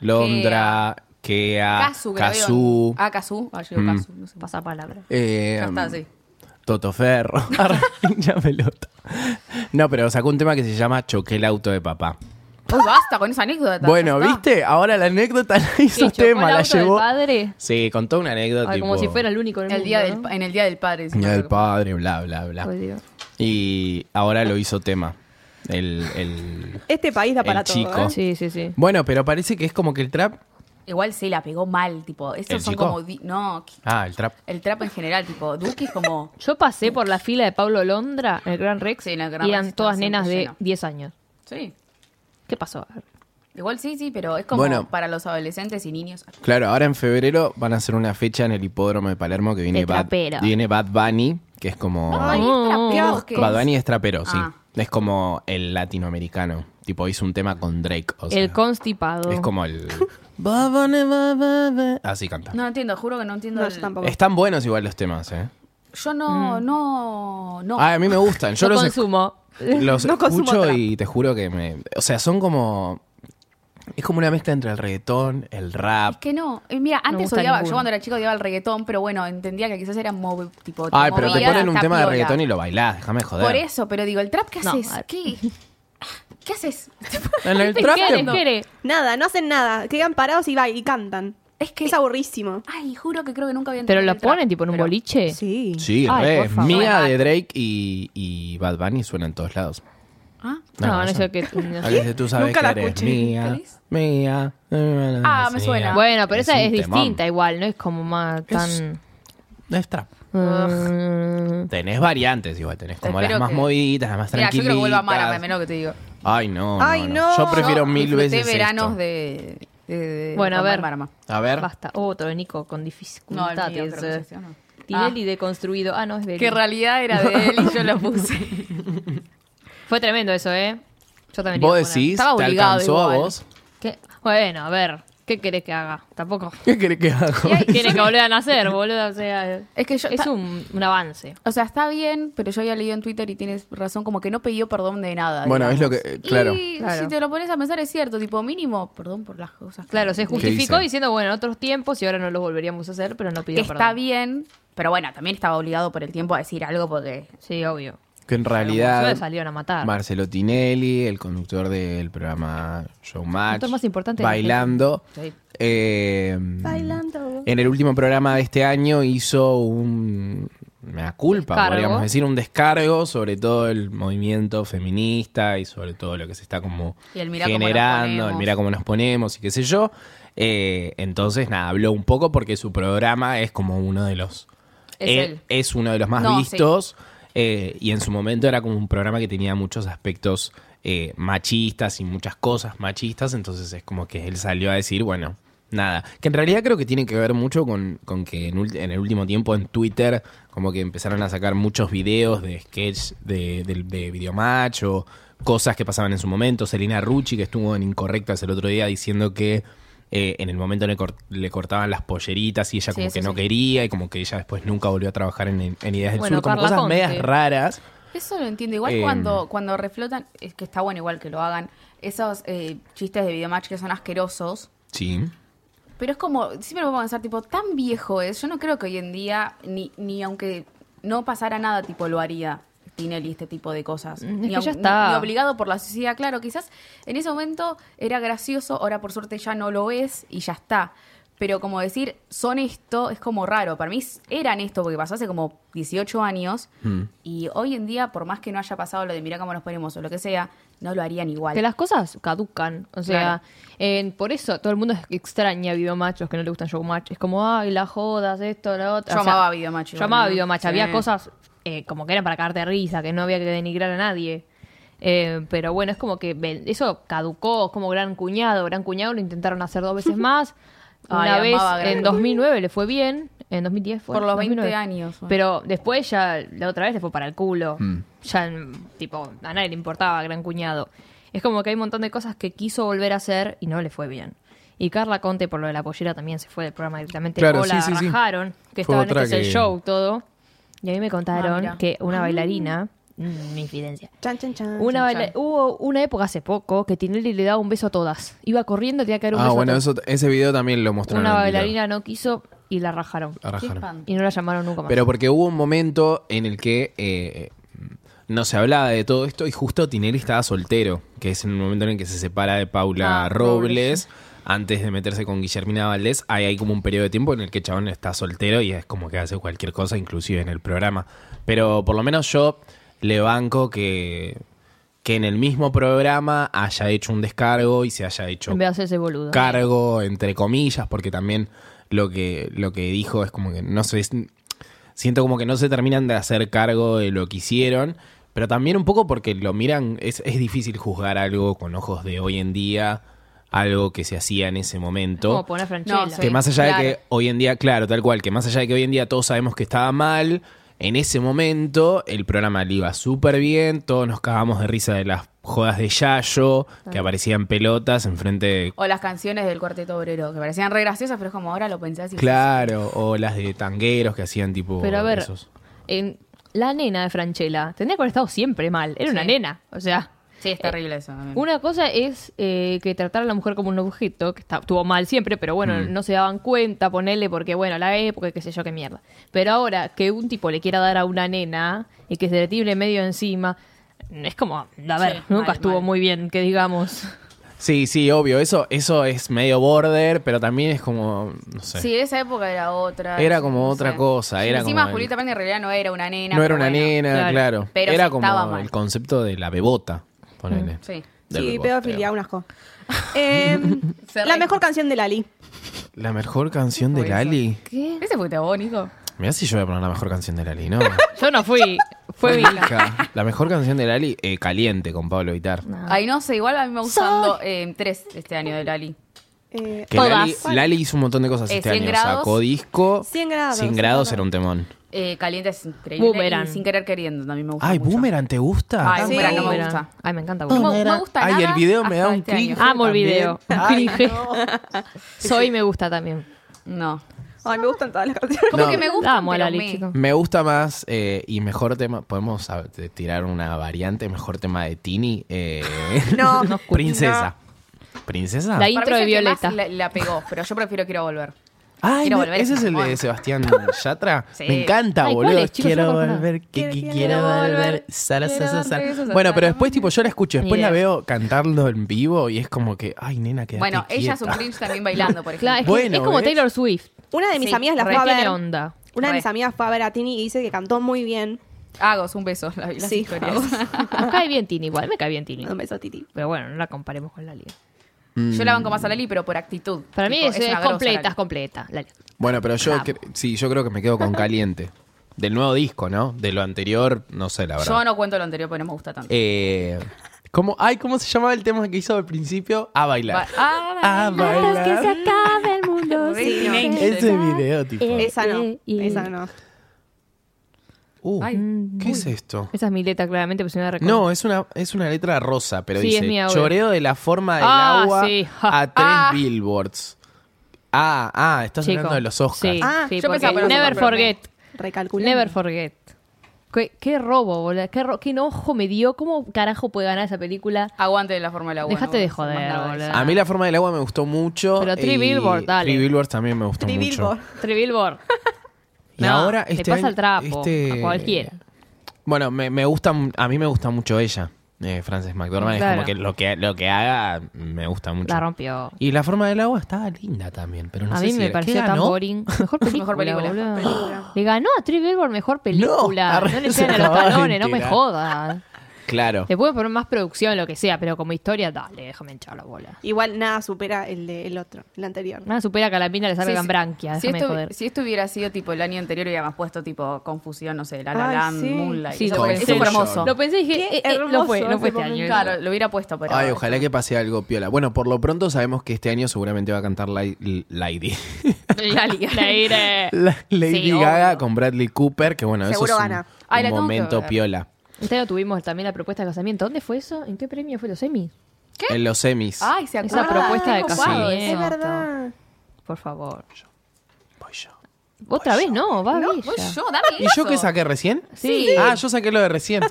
[SPEAKER 1] Londra, Londra Kea,
[SPEAKER 2] Casu,
[SPEAKER 1] Cazú,
[SPEAKER 2] Ah, Casu. Ah, yo digo
[SPEAKER 1] Mm.
[SPEAKER 2] Casu. No sé.
[SPEAKER 5] Pasa palabra.
[SPEAKER 1] eh,
[SPEAKER 2] Ya está, sí.
[SPEAKER 1] Toto Ferro, Arre, hincha pelota. No, pero sacó un tema que se llama Choqué el auto de papá.
[SPEAKER 2] Uy, basta con esa anécdota.
[SPEAKER 1] Bueno,
[SPEAKER 2] ya está.
[SPEAKER 1] ¿viste? Ahora la anécdota la hizo
[SPEAKER 5] Que chocó
[SPEAKER 1] tema,
[SPEAKER 5] el
[SPEAKER 1] la
[SPEAKER 5] auto del
[SPEAKER 1] llevó.
[SPEAKER 5] padre?
[SPEAKER 1] Sí, contó una anécdota.
[SPEAKER 5] Ay, como
[SPEAKER 1] tipo,
[SPEAKER 5] si fuera el único en el,
[SPEAKER 2] El día del,
[SPEAKER 5] mundo, Pues,
[SPEAKER 2] en el Día del Padre. sí,
[SPEAKER 1] Día del
[SPEAKER 2] creo que-
[SPEAKER 1] padre, bla, bla, bla.
[SPEAKER 5] ¿no? Ay, Dios.
[SPEAKER 1] Y ahora lo hizo tema. El, el-
[SPEAKER 4] Este país da
[SPEAKER 1] El
[SPEAKER 4] para
[SPEAKER 1] chico.
[SPEAKER 4] todo. ¿eh?
[SPEAKER 5] Sí, sí, sí.
[SPEAKER 1] Bueno, pero parece que es como que el trap.
[SPEAKER 2] Igual sí, la pegó mal, tipo.
[SPEAKER 1] ¿El
[SPEAKER 2] Estos son
[SPEAKER 1] chico?
[SPEAKER 2] como. di- No, qu-
[SPEAKER 1] Ah, el trap.
[SPEAKER 2] el trap en general, tipo. Duki es como.
[SPEAKER 5] Yo pasé por la fila de Pablo Londra en el Gran Rex
[SPEAKER 2] Sí, en el Gran
[SPEAKER 5] y
[SPEAKER 2] Rex
[SPEAKER 5] eran
[SPEAKER 2] estaba
[SPEAKER 5] todas
[SPEAKER 2] siempre
[SPEAKER 5] nenas de
[SPEAKER 2] lleno.
[SPEAKER 5] 10 años.
[SPEAKER 2] Sí.
[SPEAKER 5] ¿Qué pasó?
[SPEAKER 2] Igual sí, sí, pero es como
[SPEAKER 1] Bueno.
[SPEAKER 2] para los adolescentes y niños.
[SPEAKER 1] Claro, ahora en febrero van a hacer una fecha en el hipódromo de Palermo que viene
[SPEAKER 5] De
[SPEAKER 1] Bad,
[SPEAKER 5] trapero.
[SPEAKER 1] viene Bad Bunny, que es como.
[SPEAKER 2] Ay, es trapero,
[SPEAKER 5] Oh.
[SPEAKER 2] ¿qué
[SPEAKER 1] Ah. Bad
[SPEAKER 2] es?
[SPEAKER 1] Bunny es trapero, sí.
[SPEAKER 2] Ah.
[SPEAKER 1] Es como el latinoamericano. Tipo, hizo un tema con Drake. o sea,
[SPEAKER 5] el constipado.
[SPEAKER 1] Es como el. Bad Bunny, Bad Bunny. Así canta.
[SPEAKER 2] No entiendo, juro que no entiendo.
[SPEAKER 4] No,
[SPEAKER 2] el-
[SPEAKER 4] yo tampoco.
[SPEAKER 1] Están buenos igual los temas, ¿eh?
[SPEAKER 2] Yo no,
[SPEAKER 5] Mm.
[SPEAKER 2] no, no.
[SPEAKER 1] Ay, a mí me gustan. Yo
[SPEAKER 5] Yo
[SPEAKER 1] los, escu-
[SPEAKER 5] consumo.
[SPEAKER 1] Los
[SPEAKER 4] No consumo
[SPEAKER 1] escucho
[SPEAKER 4] trap.
[SPEAKER 1] y te juro que me. O sea, son como. Es como una mezcla entre el reggaetón, el
[SPEAKER 2] Es
[SPEAKER 1] rap.
[SPEAKER 2] que no. Eh, mira, antes
[SPEAKER 5] gusta
[SPEAKER 2] odiaba,
[SPEAKER 5] ninguno.
[SPEAKER 2] yo cuando era chico odiaba el reggaetón, pero bueno, entendía que quizás era mov, tipo.
[SPEAKER 1] Ay, pero te
[SPEAKER 2] movida,
[SPEAKER 1] ponen un
[SPEAKER 2] está
[SPEAKER 1] tema de
[SPEAKER 2] piola.
[SPEAKER 1] reggaetón y lo bailás, déjame joder.
[SPEAKER 2] Por eso, pero digo, ¿el trap qué
[SPEAKER 5] No,
[SPEAKER 2] haces?
[SPEAKER 5] a ver.
[SPEAKER 2] ¿Qué? ¿Qué haces?
[SPEAKER 1] En el
[SPEAKER 5] ¿Qué
[SPEAKER 1] trap
[SPEAKER 5] querés,
[SPEAKER 1] te-
[SPEAKER 5] querés?
[SPEAKER 4] Nada, no hacen nada. Quedan parados y bailan y cantan.
[SPEAKER 2] Es que-
[SPEAKER 4] Es
[SPEAKER 1] Eh.
[SPEAKER 4] aburrísimo.
[SPEAKER 2] Ay, juro que creo que nunca había
[SPEAKER 5] Pero
[SPEAKER 2] entendido
[SPEAKER 5] lo
[SPEAKER 2] el trap,
[SPEAKER 5] ponen tipo en un
[SPEAKER 2] pero-
[SPEAKER 5] boliche.
[SPEAKER 4] Sí.
[SPEAKER 1] Sí,
[SPEAKER 5] Ay,
[SPEAKER 1] re.
[SPEAKER 5] por favor.
[SPEAKER 1] Mía
[SPEAKER 2] Bueno.
[SPEAKER 1] de Drake y, y Bad Bunny suena en todos lados.
[SPEAKER 2] Ah,
[SPEAKER 5] No, no,
[SPEAKER 1] eso.
[SPEAKER 5] eso que. no
[SPEAKER 1] A
[SPEAKER 5] sé.
[SPEAKER 1] veces tú sabes
[SPEAKER 4] Nunca
[SPEAKER 1] que
[SPEAKER 4] la
[SPEAKER 1] eres
[SPEAKER 4] escuché.
[SPEAKER 1] mía,
[SPEAKER 2] ¿Qué es?
[SPEAKER 1] mía.
[SPEAKER 2] Ah, me suena.
[SPEAKER 5] Bueno, pero esa es
[SPEAKER 1] un temón.
[SPEAKER 5] distinta igual, no es como más tan.
[SPEAKER 1] Es trap.
[SPEAKER 5] Mm.
[SPEAKER 1] Tenés variantes igual, tenés como
[SPEAKER 2] Espero
[SPEAKER 1] las más
[SPEAKER 2] que-
[SPEAKER 1] moviditas, las más
[SPEAKER 2] mira, yo
[SPEAKER 1] tranquilas.
[SPEAKER 2] creo que vuelva a Mara, también lo que te digo.
[SPEAKER 1] Ay, no,
[SPEAKER 4] Ay, no.
[SPEAKER 1] Yo prefiero
[SPEAKER 2] Yo
[SPEAKER 1] mil
[SPEAKER 2] disfruté
[SPEAKER 1] veces
[SPEAKER 2] veranos
[SPEAKER 1] esto.
[SPEAKER 2] de, de- de-
[SPEAKER 5] Bueno, a
[SPEAKER 2] tomar
[SPEAKER 5] ver.
[SPEAKER 2] marma.
[SPEAKER 1] A ver.
[SPEAKER 5] Basta. Otro, Nico, con
[SPEAKER 2] No, el mío, creo
[SPEAKER 5] dificultades.
[SPEAKER 2] que es ese, ¿o no?
[SPEAKER 5] Tinelli deconstruido. Ah, no, es Beli.
[SPEAKER 2] Que en realidad era de él y yo lo puse.
[SPEAKER 5] Fue tremendo eso, ¿eh? Yo también.
[SPEAKER 1] ¿Vos
[SPEAKER 5] iba a poner.
[SPEAKER 1] decís?
[SPEAKER 5] Estaba
[SPEAKER 1] ¿Te
[SPEAKER 5] obligado
[SPEAKER 1] alcanzó a
[SPEAKER 5] igual.
[SPEAKER 1] vos?
[SPEAKER 5] ¿Qué? Bueno, a ver. ¿Qué querés que haga? Tampoco.
[SPEAKER 1] ¿Qué querés que haga?
[SPEAKER 5] Tiene que volver a nacer, boludo. O sea,
[SPEAKER 2] Es que yo-
[SPEAKER 5] es un, un avance.
[SPEAKER 2] O sea, está bien, pero yo había leído en Twitter y tienes razón, como que no pidió perdón de nada.
[SPEAKER 1] Bueno, es lo
[SPEAKER 2] digamos.
[SPEAKER 1] que- claro.
[SPEAKER 2] Y
[SPEAKER 5] Claro.
[SPEAKER 2] si te lo pones a pensar, es cierto, tipo mínimo, perdón por las cosas. que-
[SPEAKER 5] Claro, se
[SPEAKER 1] hice?
[SPEAKER 5] justificó diciendo, bueno, en otros tiempos y ahora no los volveríamos a hacer, pero no
[SPEAKER 2] Que
[SPEAKER 5] pidió
[SPEAKER 2] está
[SPEAKER 5] perdón.
[SPEAKER 2] bien, pero bueno, también estaba obligado por el tiempo a decir algo porque.
[SPEAKER 5] Sí, obvio.
[SPEAKER 1] Que en
[SPEAKER 5] Como
[SPEAKER 1] realidad
[SPEAKER 5] yo, salieron a matar.
[SPEAKER 1] Marcelo Tinelli, el conductor del programa Showmatch,
[SPEAKER 5] Conductor más importante de la
[SPEAKER 1] bailando,
[SPEAKER 5] Sí.
[SPEAKER 1] eh,
[SPEAKER 4] Bailando.
[SPEAKER 1] en el último programa de este año hizo un mea culpa,
[SPEAKER 5] Descargo.
[SPEAKER 1] podríamos decir, un descargo sobre todo el movimiento feminista y sobre todo lo que se está como
[SPEAKER 2] Y el mirá cómo nos
[SPEAKER 1] generando, el
[SPEAKER 2] ponemos.
[SPEAKER 1] mira cómo nos ponemos y qué sé yo. Eh, entonces, nada, habló un poco porque su programa es como uno de los
[SPEAKER 2] Es
[SPEAKER 1] eh,
[SPEAKER 2] él.
[SPEAKER 1] es uno de los más
[SPEAKER 2] No, sí.
[SPEAKER 1] vistos. eh, y en su momento era como un programa que tenía muchos aspectos eh, machistas y muchas cosas machistas. Entonces es como que él salió a decir, bueno, nada. Que en realidad creo que tiene que ver mucho con, con que en, ul- en el último tiempo en Twitter como que empezaron a sacar muchos videos de sketch de, de, de Videomatch o cosas que pasaban en su momento. Selina Rucci, que estuvo en Incorrectas el otro día diciendo que eh, en el momento le, cort- le cortaban las polleritas y ella
[SPEAKER 2] Sí,
[SPEAKER 1] como
[SPEAKER 2] eso
[SPEAKER 1] que no
[SPEAKER 2] sí.
[SPEAKER 1] quería y como que ella después nunca volvió a trabajar en, en Ideas del
[SPEAKER 5] Bueno,
[SPEAKER 1] Sur, como
[SPEAKER 5] Carla
[SPEAKER 1] cosas
[SPEAKER 5] Conte.
[SPEAKER 1] medias raras.
[SPEAKER 2] Eso lo entiendo. Igual
[SPEAKER 1] Eh,
[SPEAKER 2] cuando, cuando reflotan, es que está bueno igual que lo hagan, esos eh, chistes de videomatch que son asquerosos.
[SPEAKER 1] Sí.
[SPEAKER 2] Pero es como, siempre me voy a pensar, tipo, tan viejo es. Yo no creo que hoy en día, ni, ni aunque no pasara nada, tipo, lo haría Tinelli, este tipo de cosas.
[SPEAKER 5] Mm, es
[SPEAKER 2] Ni,
[SPEAKER 5] que
[SPEAKER 2] aun-
[SPEAKER 5] ya está.
[SPEAKER 2] ni- ni obligado por la sociedad, claro. Quizás en ese momento era gracioso, ahora por suerte ya no lo es y ya está. Pero como decir, son esto, es como raro. Para mí s- eran esto, porque pasó hace como 18 años. Y hoy en día, por más que no haya pasado lo de mirá cómo nos ponemos o lo que sea, no lo harían igual.
[SPEAKER 5] Que las cosas caducan. O sea, eh, por eso todo el mundo extraña a videomachos que no le gustan showmatch. Es como, ay, las jodas, esto, lo otro.
[SPEAKER 2] Yo
[SPEAKER 5] O sea,
[SPEAKER 2] amaba videomatch
[SPEAKER 5] Yo
[SPEAKER 2] igual,
[SPEAKER 5] amaba
[SPEAKER 2] ¿no?
[SPEAKER 5] videomatch.
[SPEAKER 2] Sí.
[SPEAKER 5] Había cosas eh, como que eran para cagarte de risa, que no había que denigrar a nadie. Eh, pero bueno, es como que ven- eso caducó, es como Gran Cuñado. Gran Cuñado lo intentaron hacer dos veces más. Una
[SPEAKER 2] Ay,
[SPEAKER 5] vez
[SPEAKER 2] amaba Gran
[SPEAKER 5] en 2009 le fue bien, en 2010 fue.
[SPEAKER 2] Por los 20
[SPEAKER 5] 2009.
[SPEAKER 2] años, fue.
[SPEAKER 5] Pero después ya, la otra vez le fue para el culo. Ya, mm, tipo, a nadie le importaba Gran Cuñado. Es como que hay un montón de cosas que quiso volver a hacer y no le fue bien. Y Carla Conte, por lo de la pollera, también se fue del programa directamente.
[SPEAKER 1] Claro,
[SPEAKER 5] o la
[SPEAKER 1] sí, sí, sí.
[SPEAKER 5] rajaron, que
[SPEAKER 1] Fue
[SPEAKER 5] estaba en
[SPEAKER 1] otra
[SPEAKER 5] este es el
[SPEAKER 1] que-
[SPEAKER 5] show, todo. Y a mí me
[SPEAKER 2] Ah,
[SPEAKER 5] contaron
[SPEAKER 2] mira.
[SPEAKER 5] que una bailarina, mm, mi infidencia,
[SPEAKER 4] Chan, chan, chan.
[SPEAKER 5] una
[SPEAKER 2] chan,
[SPEAKER 5] baila-
[SPEAKER 2] chan.
[SPEAKER 5] hubo una época hace poco que Tinelli le daba un beso a todas. Iba corriendo, tenía que dar un
[SPEAKER 1] Ah,
[SPEAKER 5] beso
[SPEAKER 1] bueno,
[SPEAKER 5] a todas.
[SPEAKER 1] eso, ese video también lo mostraron.
[SPEAKER 5] Una
[SPEAKER 1] en el
[SPEAKER 5] bailarina no quiso y la rajaron.
[SPEAKER 1] video. La
[SPEAKER 2] Qué
[SPEAKER 1] rajaron.
[SPEAKER 2] espanto.
[SPEAKER 5] Y no la llamaron nunca más.
[SPEAKER 1] Ah. Pero porque hubo un momento en el que eh, no se hablaba de todo esto y justo Tinelli estaba soltero, que es en un momento en el que se separa de Paula
[SPEAKER 5] Ah,
[SPEAKER 1] Robles. Antes de meterse con Guillermina Valdés, ahí hay como un periodo de tiempo en el que el Chabón está soltero y es como que hace cualquier cosa, inclusive en el programa. Pero por lo menos yo le banco que, que en el mismo programa haya hecho un descargo y se haya hecho
[SPEAKER 5] en vez de hacerse boludo.
[SPEAKER 1] cargo, entre comillas, porque también lo que, lo que dijo es como que no sé, siento como que no se terminan de hacer cargo de lo que hicieron, pero también un poco porque lo miran, es, es difícil juzgar algo con ojos de hoy en día, algo que se hacía en ese momento.
[SPEAKER 5] Como poner franchela.
[SPEAKER 2] No,
[SPEAKER 1] Que
[SPEAKER 2] sí.
[SPEAKER 1] más allá de que
[SPEAKER 2] claro.
[SPEAKER 1] hoy en día, claro, tal cual, que más allá de que hoy en día todos sabemos que estaba mal, en ese momento el programa le iba súper bien, todos nos cagamos de risa de las jodas de Yayo, que aparecían pelotas enfrente de
[SPEAKER 2] O las canciones del Cuarteto Obrero, que parecían re graciosas, pero es como ahora lo pensás y
[SPEAKER 1] Claro, o las de tangueros que hacían tipo
[SPEAKER 5] Pero a ver,
[SPEAKER 1] esos.
[SPEAKER 5] en- la nena de Franchella tendría que haber estado siempre mal. Era una
[SPEAKER 2] Sí. Mm.
[SPEAKER 5] nena. O sea,
[SPEAKER 2] Sí, es terrible eso también.
[SPEAKER 5] Una cosa es eh, que tratar a la mujer como un objeto, que está, estuvo mal siempre, pero bueno,
[SPEAKER 2] Mm.
[SPEAKER 5] no se daban cuenta, ponerle porque, bueno, la época, qué sé yo, qué mierda. Pero ahora que un tipo le quiera dar a una nena y que se le tible medio encima, es como, a ver,
[SPEAKER 2] Sí,
[SPEAKER 5] nunca
[SPEAKER 2] mal,
[SPEAKER 5] estuvo
[SPEAKER 2] mal.
[SPEAKER 5] muy bien, que digamos.
[SPEAKER 1] Sí, sí, obvio, eso, eso es medio border, pero también es como, no sé.
[SPEAKER 2] Sí, esa época era otra.
[SPEAKER 1] Era
[SPEAKER 2] sí,
[SPEAKER 1] como otra cosa,
[SPEAKER 2] Sí,
[SPEAKER 1] era
[SPEAKER 2] Encima
[SPEAKER 1] como el-
[SPEAKER 2] Julieta Pérez en realidad no era una nena.
[SPEAKER 1] no era
[SPEAKER 2] pero
[SPEAKER 1] una
[SPEAKER 2] bueno.
[SPEAKER 1] nena, claro.
[SPEAKER 5] claro.
[SPEAKER 2] Pero
[SPEAKER 1] era
[SPEAKER 2] sí estaba
[SPEAKER 1] como
[SPEAKER 2] mal.
[SPEAKER 1] el concepto de la bebota, ponele.
[SPEAKER 2] Sí.
[SPEAKER 1] Del
[SPEAKER 4] Sí,
[SPEAKER 1] beboteo.
[SPEAKER 4] pedofilia, un asco. Em,
[SPEAKER 2] Se
[SPEAKER 4] la
[SPEAKER 2] re-
[SPEAKER 4] mejor canción de Lali.
[SPEAKER 1] La mejor canción de
[SPEAKER 2] fue
[SPEAKER 1] Lali.
[SPEAKER 2] ¿Qué? Ese fuiste vos, Nico.
[SPEAKER 1] Mirá si yo voy a poner la mejor canción de Lali, ¿no?
[SPEAKER 5] Yo no fui, fue mi...
[SPEAKER 1] Hija, la mejor canción de Lali, eh, Caliente, con Pablo Vitar.
[SPEAKER 5] Ah.
[SPEAKER 2] Ay, no sé, igual a mí me gustando eh, tres este año de Lali.
[SPEAKER 4] Eh,
[SPEAKER 1] Que
[SPEAKER 5] Todas.
[SPEAKER 1] Lali, Lali hizo un montón de cosas
[SPEAKER 2] Eh,
[SPEAKER 1] este
[SPEAKER 2] 100
[SPEAKER 1] año.
[SPEAKER 2] grados.
[SPEAKER 1] Sacó disco.
[SPEAKER 4] 100 grados,
[SPEAKER 1] 100
[SPEAKER 4] 100
[SPEAKER 1] grados
[SPEAKER 4] grados.
[SPEAKER 1] era un temón.
[SPEAKER 2] eh, Caliente es increíble.
[SPEAKER 5] Boomerang.
[SPEAKER 2] y sin querer queriendo, también me gusta.
[SPEAKER 1] Ay,
[SPEAKER 2] mucho.
[SPEAKER 1] Boomerang, ¿te gusta?
[SPEAKER 2] Ay,
[SPEAKER 4] Sí.
[SPEAKER 2] Boomerang no me
[SPEAKER 5] Boomerang.
[SPEAKER 2] gusta. Oh,
[SPEAKER 5] Ay, me encanta
[SPEAKER 2] No
[SPEAKER 5] Boomerang.
[SPEAKER 2] me,
[SPEAKER 1] Boomerang.
[SPEAKER 2] gusta
[SPEAKER 1] Ay,
[SPEAKER 2] nada
[SPEAKER 1] el video me
[SPEAKER 2] hasta
[SPEAKER 1] da un
[SPEAKER 2] este
[SPEAKER 1] cringe.
[SPEAKER 2] año.
[SPEAKER 5] Amo el
[SPEAKER 1] también.
[SPEAKER 5] video. Un
[SPEAKER 1] Ay,
[SPEAKER 5] cringe.
[SPEAKER 1] no.
[SPEAKER 5] Soy me gusta también.
[SPEAKER 2] No.
[SPEAKER 4] Ay, me gustan todas las canciones.
[SPEAKER 2] Como
[SPEAKER 1] No.
[SPEAKER 2] que me gusta,
[SPEAKER 5] La amo a
[SPEAKER 2] pero
[SPEAKER 5] Lali,
[SPEAKER 2] me-
[SPEAKER 5] chico.
[SPEAKER 1] Me gusta más eh, y mejor tema. Podemos a- t- tirar una variante, mejor tema de Tini. Eh,
[SPEAKER 4] No. No.
[SPEAKER 1] princesa. ¿Princesa?
[SPEAKER 5] La
[SPEAKER 2] Para
[SPEAKER 5] intro
[SPEAKER 2] mí
[SPEAKER 5] de
[SPEAKER 2] es el que más
[SPEAKER 5] Violeta.
[SPEAKER 2] La, la pegó, pero yo prefiero Quiero Volver.
[SPEAKER 1] Ay,
[SPEAKER 2] Quiero
[SPEAKER 1] no,
[SPEAKER 2] volver,
[SPEAKER 1] ese
[SPEAKER 2] es
[SPEAKER 1] es el
[SPEAKER 2] mejor.
[SPEAKER 1] de Sebastián Yatra.
[SPEAKER 2] Sí.
[SPEAKER 1] Me encanta,
[SPEAKER 5] Ay, ¿cuál
[SPEAKER 1] boludo.
[SPEAKER 5] es, chicos? Yo
[SPEAKER 1] quiero
[SPEAKER 5] no conozco nada.
[SPEAKER 1] volver, que, que
[SPEAKER 4] Quiero-
[SPEAKER 1] quiero volver. Sara,
[SPEAKER 2] quiero
[SPEAKER 1] sara, sara.
[SPEAKER 2] dar besos a
[SPEAKER 1] Bueno, pero
[SPEAKER 2] Sara.
[SPEAKER 1] después, tipo, yo la escucho, después
[SPEAKER 5] Ni
[SPEAKER 1] la
[SPEAKER 5] idea.
[SPEAKER 1] veo cantarlo en vivo y es como que, ay, nena, quédate
[SPEAKER 2] Bueno, ella es un
[SPEAKER 1] quieta.
[SPEAKER 2] cringe también bailando, por ejemplo.
[SPEAKER 5] Claro, es, que
[SPEAKER 1] Bueno,
[SPEAKER 5] es como
[SPEAKER 1] ¿ves?
[SPEAKER 5] Taylor Swift.
[SPEAKER 4] Una de mis
[SPEAKER 2] Sí,
[SPEAKER 4] amigas la
[SPEAKER 5] Re
[SPEAKER 4] fue a
[SPEAKER 5] tiene
[SPEAKER 4] ver.
[SPEAKER 5] onda.
[SPEAKER 4] Una de
[SPEAKER 2] Re.
[SPEAKER 4] mis amigas fue a ver a Tini y dice que cantó muy bien.
[SPEAKER 2] Hagos, un beso. La, las
[SPEAKER 4] Sí,
[SPEAKER 2] historias.
[SPEAKER 4] Agos.
[SPEAKER 5] Nos cae bien Tini igual, me cae bien Tini.
[SPEAKER 4] Un beso a Tini.
[SPEAKER 5] Pero bueno, no la comparemos con Lali.
[SPEAKER 2] Yo
[SPEAKER 1] Mm.
[SPEAKER 2] la banco más a Lali, pero por actitud.
[SPEAKER 5] Para mí
[SPEAKER 2] Tipo,
[SPEAKER 5] es, es
[SPEAKER 2] una grosa
[SPEAKER 5] completa, es
[SPEAKER 2] Lali.
[SPEAKER 5] completa. Lali.
[SPEAKER 1] Bueno, pero yo,
[SPEAKER 5] La
[SPEAKER 1] cre- sí, yo creo que me quedo con Caliente. Del nuevo disco, ¿no? De lo anterior, no sé, la verdad.
[SPEAKER 2] Yo no cuento lo anterior porque no me gusta tanto.
[SPEAKER 1] Eh, ¿cómo, ay, ¿cómo se llamaba el tema que hizo al principio? A bailar.
[SPEAKER 2] Ba- a
[SPEAKER 1] A
[SPEAKER 6] Antes que se
[SPEAKER 1] bailar.
[SPEAKER 6] acabe el mundo.
[SPEAKER 2] Re
[SPEAKER 6] sin
[SPEAKER 2] teenager.
[SPEAKER 6] ti.
[SPEAKER 1] Ese video, tipo.
[SPEAKER 4] Esa no.
[SPEAKER 6] eh, eh.
[SPEAKER 4] Esa no.
[SPEAKER 1] Uh,
[SPEAKER 2] Ay,
[SPEAKER 1] ¿Qué es esto?
[SPEAKER 5] Esa es Mileta, claramente, pues una recontra-
[SPEAKER 1] No, es una, es una letra rosa, pero
[SPEAKER 5] Sí, es mi
[SPEAKER 1] dice
[SPEAKER 5] audio.
[SPEAKER 1] choreo de la forma del
[SPEAKER 5] Ah,
[SPEAKER 1] agua
[SPEAKER 5] sí.
[SPEAKER 1] a tres
[SPEAKER 2] Ah.
[SPEAKER 1] billboards. Ah, ah, estás
[SPEAKER 5] Chico,
[SPEAKER 1] hablando de los Oscars.
[SPEAKER 5] Sí,
[SPEAKER 4] Ah,
[SPEAKER 5] sí,
[SPEAKER 2] yo
[SPEAKER 5] porque
[SPEAKER 2] pensaba por los
[SPEAKER 5] Never
[SPEAKER 2] Oscars, pero
[SPEAKER 5] forget.
[SPEAKER 4] Recalculé.
[SPEAKER 5] Never forget. Qué, qué robo, boludo. Qué, ro- qué enojo me dio. ¿Cómo carajo puede ganar esa película?
[SPEAKER 2] Aguante de la forma del agua.
[SPEAKER 5] Dejate
[SPEAKER 2] no,
[SPEAKER 5] de
[SPEAKER 2] no,
[SPEAKER 5] joder,
[SPEAKER 2] más nada de
[SPEAKER 5] boludo.
[SPEAKER 2] eso.
[SPEAKER 1] A mí la forma del agua me gustó mucho.
[SPEAKER 5] Pero Three
[SPEAKER 1] y
[SPEAKER 5] Billboards, dale.
[SPEAKER 1] Three Billboards también me gustó mucho.
[SPEAKER 4] Tribilbo.
[SPEAKER 5] Tribilbor.
[SPEAKER 1] Y ahora
[SPEAKER 5] te
[SPEAKER 1] este
[SPEAKER 5] pasa
[SPEAKER 1] año-
[SPEAKER 5] el trapo
[SPEAKER 1] este-
[SPEAKER 5] a cualquiera.
[SPEAKER 1] Bueno, me, me gusta, a mí me gusta mucho ella, eh, Frances McDormand. Es
[SPEAKER 5] Claro.
[SPEAKER 1] como que lo, que lo que haga me gusta mucho.
[SPEAKER 5] La rompió.
[SPEAKER 1] Y la forma del agua estaba linda también, pero no
[SPEAKER 5] a
[SPEAKER 1] sé
[SPEAKER 5] mí
[SPEAKER 1] si
[SPEAKER 5] me
[SPEAKER 1] era-
[SPEAKER 5] pareció
[SPEAKER 1] ¿qué
[SPEAKER 5] tan
[SPEAKER 1] ganó?
[SPEAKER 5] boring. Mejor película,
[SPEAKER 2] Mejor película,
[SPEAKER 5] boludo.
[SPEAKER 2] mejor
[SPEAKER 5] Le ganó a Tribilbor mejor película.
[SPEAKER 1] arre,
[SPEAKER 5] No, le
[SPEAKER 1] se
[SPEAKER 5] llegan a los
[SPEAKER 1] acababa de
[SPEAKER 5] talones, no me
[SPEAKER 1] enterar.
[SPEAKER 5] jodas.
[SPEAKER 1] Claro.
[SPEAKER 5] Te pueden poner más producción, lo que sea, pero como historia, dale, déjame hinchar la bola.
[SPEAKER 4] Igual nada supera el, de, el otro, el anterior.
[SPEAKER 5] Nada supera que a la mina le salgan
[SPEAKER 2] Sí, sí.
[SPEAKER 5] branquias,
[SPEAKER 2] si
[SPEAKER 5] déjame
[SPEAKER 2] esto,
[SPEAKER 5] joder.
[SPEAKER 2] si esto hubiera sido tipo el año anterior, hubiéramos puesto tipo confusión, no sé, la la
[SPEAKER 4] Ay,
[SPEAKER 2] Land,
[SPEAKER 4] sí.
[SPEAKER 2] Moonlight.
[SPEAKER 5] Sí,
[SPEAKER 2] eso,
[SPEAKER 5] lo
[SPEAKER 2] fue,
[SPEAKER 5] pensé.
[SPEAKER 2] eso fue hermoso.
[SPEAKER 5] Lo pensé y
[SPEAKER 4] Qué
[SPEAKER 5] dije, eh, eh,
[SPEAKER 4] hermoso
[SPEAKER 5] no fue, no
[SPEAKER 4] ese
[SPEAKER 5] fue este
[SPEAKER 4] momento.
[SPEAKER 5] año.
[SPEAKER 2] Claro, lo hubiera puesto, pero.
[SPEAKER 1] Ay, ojalá que pase algo piola. Bueno, por lo pronto sabemos que este año seguramente va a cantar Lady, Lady,
[SPEAKER 5] La Leire.
[SPEAKER 1] La- Lady
[SPEAKER 2] Sí,
[SPEAKER 1] Gaga
[SPEAKER 2] obvio.
[SPEAKER 1] con Bradley Cooper, que bueno,
[SPEAKER 4] Seguro
[SPEAKER 1] eso es un,
[SPEAKER 4] gana.
[SPEAKER 1] un
[SPEAKER 2] Ay, la tengo que
[SPEAKER 1] momento
[SPEAKER 2] ver.
[SPEAKER 1] piola.
[SPEAKER 5] Este año tuvimos también la propuesta de casamiento. ¿Dónde fue eso? ¿En qué premio fue los semis?
[SPEAKER 1] En los semis.
[SPEAKER 2] Ay, se
[SPEAKER 5] Esa
[SPEAKER 2] acuerda.
[SPEAKER 5] propuesta de
[SPEAKER 2] Qué
[SPEAKER 1] casi.
[SPEAKER 2] copado
[SPEAKER 5] Sí.
[SPEAKER 4] Es
[SPEAKER 2] eso.
[SPEAKER 4] verdad.
[SPEAKER 5] Por favor.
[SPEAKER 1] Voy yo.
[SPEAKER 5] Otra vez no, va
[SPEAKER 2] No,
[SPEAKER 5] Villa.
[SPEAKER 2] voy yo, dame
[SPEAKER 1] ¿Y yo qué saqué recién?
[SPEAKER 5] Sí.
[SPEAKER 1] Ah, yo saqué lo de recién.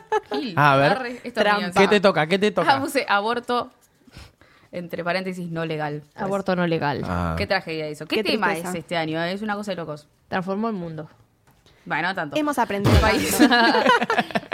[SPEAKER 1] A ver. ¿Qué te toca? ¿Qué te
[SPEAKER 2] Ah,
[SPEAKER 1] toca?
[SPEAKER 2] puse aborto, entre paréntesis, no legal. Pues,
[SPEAKER 5] Aborto no legal.
[SPEAKER 1] Ah.
[SPEAKER 2] Qué tragedia eso. ¿Qué,
[SPEAKER 4] Qué
[SPEAKER 2] tema
[SPEAKER 4] tristeza.
[SPEAKER 2] es este año? Es una cosa de locos.
[SPEAKER 5] Transformó el mundo.
[SPEAKER 2] Bueno, no tanto.
[SPEAKER 4] Hemos aprendido.
[SPEAKER 2] El país.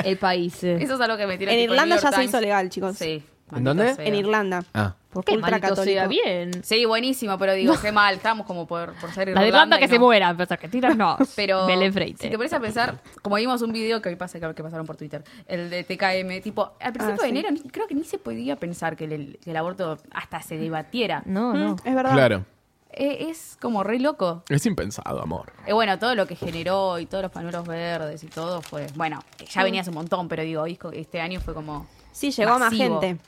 [SPEAKER 5] El país.
[SPEAKER 2] Eso es algo que me tira
[SPEAKER 4] En
[SPEAKER 2] tipo, el New
[SPEAKER 4] Irlanda
[SPEAKER 2] York
[SPEAKER 4] ya se hizo
[SPEAKER 2] Times.
[SPEAKER 4] legal, chicos.
[SPEAKER 2] Sí.
[SPEAKER 1] ¿En dónde?
[SPEAKER 2] maldita sea.
[SPEAKER 4] En Irlanda.
[SPEAKER 1] Ah.
[SPEAKER 5] ¿Por qué
[SPEAKER 4] Ultra
[SPEAKER 5] maldito sea
[SPEAKER 4] católico.
[SPEAKER 5] bien?
[SPEAKER 2] Sí, buenísimo, pero digo, qué mal. Estamos como por, por ser
[SPEAKER 5] La
[SPEAKER 2] Irlanda
[SPEAKER 5] de Irlanda que
[SPEAKER 2] y
[SPEAKER 5] se
[SPEAKER 2] no.
[SPEAKER 5] muera, pero que tiras no.
[SPEAKER 2] Pero
[SPEAKER 5] Belén
[SPEAKER 2] si te
[SPEAKER 5] Freite.
[SPEAKER 2] pones a pensar, como vimos un video que hoy pasa que, que pasaron por Twitter, el de TKM, tipo, al principio
[SPEAKER 4] Ah,
[SPEAKER 2] de
[SPEAKER 4] sí.
[SPEAKER 2] enero ni- creo que ni se podía pensar que el, que el aborto hasta se debatiera.
[SPEAKER 5] No, no.
[SPEAKER 4] Mm, Es verdad.
[SPEAKER 1] Claro.
[SPEAKER 2] Eh, es como re loco.
[SPEAKER 1] Es impensado, amor.
[SPEAKER 2] Eh, bueno, todo lo que generó y todos los panuros verdes y todo fue, bueno, ya venía hace un montón, pero digo, hoy es co- este año fue como...
[SPEAKER 4] Sí, llegó a más
[SPEAKER 2] Masivo.
[SPEAKER 4] gente.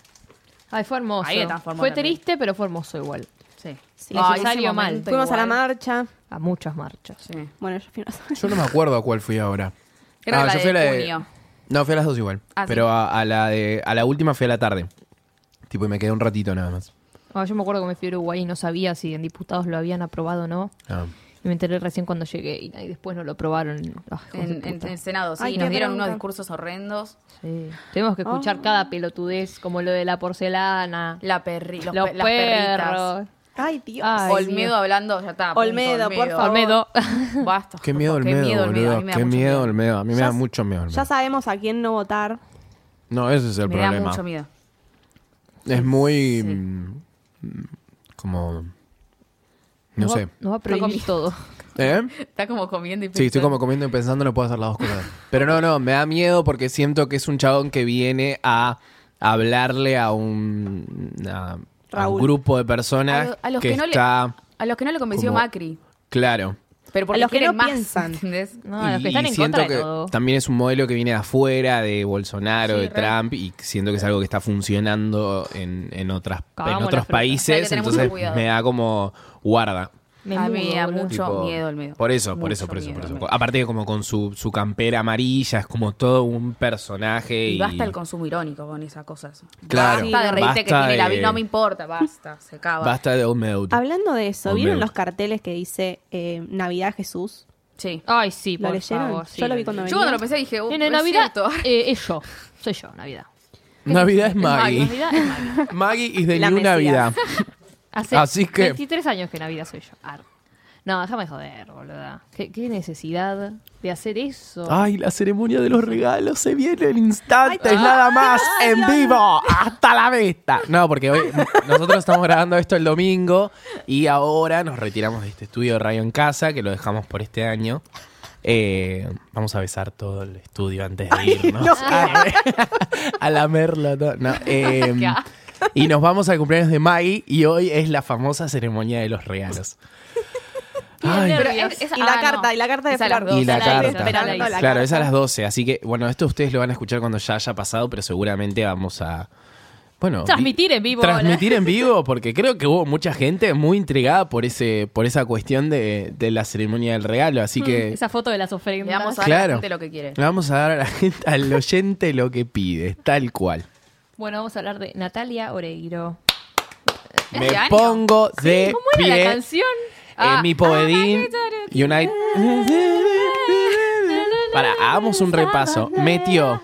[SPEAKER 5] Ay, fue hermoso.
[SPEAKER 2] Ahí transformó
[SPEAKER 5] Fue
[SPEAKER 2] también.
[SPEAKER 5] triste, pero fue hermoso igual.
[SPEAKER 2] Sí.
[SPEAKER 4] Sí,
[SPEAKER 2] Ay,
[SPEAKER 5] necesario
[SPEAKER 2] ese
[SPEAKER 5] mal.
[SPEAKER 2] momento
[SPEAKER 4] Fuimos a la
[SPEAKER 2] igual.
[SPEAKER 4] marcha.
[SPEAKER 5] A muchas marchas.
[SPEAKER 2] Sí.
[SPEAKER 4] Bueno, yo fui a la-
[SPEAKER 1] Yo no me acuerdo a cuál fui ahora. Ah,
[SPEAKER 2] Creo que la
[SPEAKER 1] yo
[SPEAKER 2] de
[SPEAKER 1] fui a
[SPEAKER 2] junio.
[SPEAKER 1] No, fui a las dos igual.
[SPEAKER 2] Ah, sí.
[SPEAKER 1] Pero a, a la de, a la última fui a la tarde. Tipo, y me quedé un ratito nada más.
[SPEAKER 5] Ah, yo me acuerdo que me fui a Uruguay y no sabía si en diputados lo habían aprobado o no.
[SPEAKER 1] Ah.
[SPEAKER 5] Y me enteré recién cuando llegué y, y después no lo aprobaron. Ay, hijos de
[SPEAKER 2] En, en
[SPEAKER 5] puta.
[SPEAKER 2] el Senado, sí,
[SPEAKER 4] Ay,
[SPEAKER 2] nos
[SPEAKER 4] qué
[SPEAKER 2] dieron
[SPEAKER 4] bronca.
[SPEAKER 2] unos discursos horrendos.
[SPEAKER 5] Sí. Tenemos que escuchar cada pelotudez, como lo de la porcelana,
[SPEAKER 2] La perri, los
[SPEAKER 5] los
[SPEAKER 2] pe- las perritas.
[SPEAKER 5] perros.
[SPEAKER 4] Ay, Dios.
[SPEAKER 5] Ay,
[SPEAKER 2] Olmedo
[SPEAKER 5] Dios.
[SPEAKER 2] hablando, ya está. punto,
[SPEAKER 4] Olmedo, por favor.
[SPEAKER 5] Olmedo.
[SPEAKER 2] Basta.
[SPEAKER 1] Qué
[SPEAKER 2] por
[SPEAKER 1] miedo el
[SPEAKER 2] favor,
[SPEAKER 1] miedo,
[SPEAKER 2] miedo, Olmedo, a
[SPEAKER 1] boludo.
[SPEAKER 2] mí me da
[SPEAKER 1] Qué
[SPEAKER 2] mucho
[SPEAKER 1] miedo el miedo. A mí me
[SPEAKER 4] Ya
[SPEAKER 1] da
[SPEAKER 4] s-
[SPEAKER 1] mucho miedo el
[SPEAKER 4] Ya
[SPEAKER 1] miedo.
[SPEAKER 4] sabemos a quién no votar.
[SPEAKER 1] No, ese es el
[SPEAKER 2] Me da
[SPEAKER 1] problema.
[SPEAKER 2] mucho miedo.
[SPEAKER 1] Es muy.
[SPEAKER 2] Sí.
[SPEAKER 1] mm, mm, como. No
[SPEAKER 5] Nos va-
[SPEAKER 1] sé.
[SPEAKER 5] Nos va a
[SPEAKER 2] comí.
[SPEAKER 5] prohibir todo.
[SPEAKER 1] ¿Eh?
[SPEAKER 2] Está como comiendo y
[SPEAKER 1] Sí, estoy
[SPEAKER 2] pensando.
[SPEAKER 1] como comiendo y pensando, no puedo hacer las dos cosas. Pero no, no, me da miedo porque siento que es un chabón que viene a hablarle a un, a- a un
[SPEAKER 4] Raúl.
[SPEAKER 1] grupo de personas
[SPEAKER 2] A, a los
[SPEAKER 1] que,
[SPEAKER 2] que, no
[SPEAKER 1] está.
[SPEAKER 2] le, a los que no le convenció
[SPEAKER 1] como-
[SPEAKER 2] Macri.
[SPEAKER 1] Claro.
[SPEAKER 2] Pero porque
[SPEAKER 4] los que
[SPEAKER 2] quieren
[SPEAKER 4] no
[SPEAKER 2] más,
[SPEAKER 4] piensan.
[SPEAKER 2] ¿entendés?
[SPEAKER 5] No, a los
[SPEAKER 1] Y
[SPEAKER 5] que están en
[SPEAKER 1] siento
[SPEAKER 5] contra
[SPEAKER 1] que
[SPEAKER 5] de todo.
[SPEAKER 1] también es un modelo que viene de afuera, de Bolsonaro,
[SPEAKER 2] Sí,
[SPEAKER 1] de
[SPEAKER 2] re.
[SPEAKER 1] Trump, y siento que es algo que está funcionando en, en, otras, en
[SPEAKER 5] Cagamos la
[SPEAKER 1] otros
[SPEAKER 5] fruta.
[SPEAKER 2] Hay que
[SPEAKER 1] países,
[SPEAKER 2] tener mucho
[SPEAKER 1] entonces
[SPEAKER 2] cuidado.
[SPEAKER 1] me da como guarda.
[SPEAKER 5] Me
[SPEAKER 2] a mí me da
[SPEAKER 5] mudo, boludo.
[SPEAKER 2] mucho
[SPEAKER 1] Tipo,
[SPEAKER 2] miedo el miedo.
[SPEAKER 1] Por eso, por
[SPEAKER 2] Mucho
[SPEAKER 1] eso, por eso,
[SPEAKER 2] miedo
[SPEAKER 1] por
[SPEAKER 2] el
[SPEAKER 1] eso.
[SPEAKER 2] miedo.
[SPEAKER 1] Aparte como con su, su campera amarilla, es como todo un personaje. Y,
[SPEAKER 2] Y basta el consumo irónico con esas cosas.
[SPEAKER 1] Claro.
[SPEAKER 2] Basta de reírte que
[SPEAKER 1] Basta
[SPEAKER 2] tiene la
[SPEAKER 1] de-
[SPEAKER 2] no me importa, basta, se acaba.
[SPEAKER 1] Basta de Old Meud.
[SPEAKER 4] Hablando de eso,
[SPEAKER 1] Hombre.
[SPEAKER 4] ¿vieron los carteles que dice eh, Navidad Jesús?
[SPEAKER 2] Sí.
[SPEAKER 5] Ay, sí,
[SPEAKER 4] ¿Lo
[SPEAKER 5] por
[SPEAKER 4] leyeron?
[SPEAKER 5] favor. sí,
[SPEAKER 4] Yo lo vi cuando
[SPEAKER 2] Yo cuando lo pensé dije, uh,
[SPEAKER 5] En
[SPEAKER 2] es
[SPEAKER 5] Navidad,
[SPEAKER 2] cierto.
[SPEAKER 5] eh, es yo. Soy yo, Navidad.
[SPEAKER 1] Navidad es
[SPEAKER 2] Maggie.
[SPEAKER 1] Maggie.
[SPEAKER 5] Navidad es Maggie.
[SPEAKER 1] Maggie es de
[SPEAKER 4] La
[SPEAKER 1] New
[SPEAKER 4] Mesías.
[SPEAKER 1] Navidad.
[SPEAKER 5] Hace
[SPEAKER 1] Así que-
[SPEAKER 5] 23 años que Navidad soy yo. Ar. No, déjame joder, boluda. ¿Qué, qué necesidad de hacer eso?
[SPEAKER 1] Ay, la ceremonia de los regalos se viene al instante,
[SPEAKER 5] Ay,
[SPEAKER 1] nada más, en vivo, hasta la vista. No, porque hoy nosotros estamos grabando esto el domingo y ahora nos retiramos de este estudio de Radio en Casa, que lo dejamos por este año. Eh, vamos a besar todo el estudio antes de irnos. Ay, a lamerlo. todo. No, eh,
[SPEAKER 5] Qué asco.
[SPEAKER 1] y nos vamos al cumpleaños de Maggie y hoy es la famosa ceremonia de los regalos. Ay,
[SPEAKER 5] nervios.
[SPEAKER 4] Y la carta, y la carta de
[SPEAKER 2] Es a las
[SPEAKER 4] Flor.
[SPEAKER 2] dos.
[SPEAKER 1] y la
[SPEAKER 5] ah, la hice,
[SPEAKER 1] carta.
[SPEAKER 5] esperando la
[SPEAKER 1] claro,
[SPEAKER 5] hice.
[SPEAKER 1] es a las 12. Así que, bueno, esto ustedes lo van a escuchar cuando ya haya pasado, pero seguramente vamos a. Bueno.
[SPEAKER 5] Transmitir
[SPEAKER 1] vi-
[SPEAKER 5] en vivo,
[SPEAKER 1] Transmitir en vivo, porque creo que hubo mucha gente muy intrigada por ese por esa cuestión de, de la ceremonia del regalo. Así
[SPEAKER 5] Mm,
[SPEAKER 1] que.
[SPEAKER 5] Esa foto de las ofrendas.
[SPEAKER 2] Le vamos a dar a la
[SPEAKER 1] Claro.
[SPEAKER 2] gente lo que quiere.
[SPEAKER 1] Le vamos a dar a la gente, al oyente lo que pide, tal cual.
[SPEAKER 5] Bueno, vamos a hablar de Natalia Oreiro.
[SPEAKER 2] ¿Es
[SPEAKER 1] Me
[SPEAKER 2] de año?
[SPEAKER 1] pongo de
[SPEAKER 5] ¿Cómo era la
[SPEAKER 1] pie
[SPEAKER 5] canción? Ah.
[SPEAKER 1] en mi povedín. United. Para, hagamos un repaso. Metió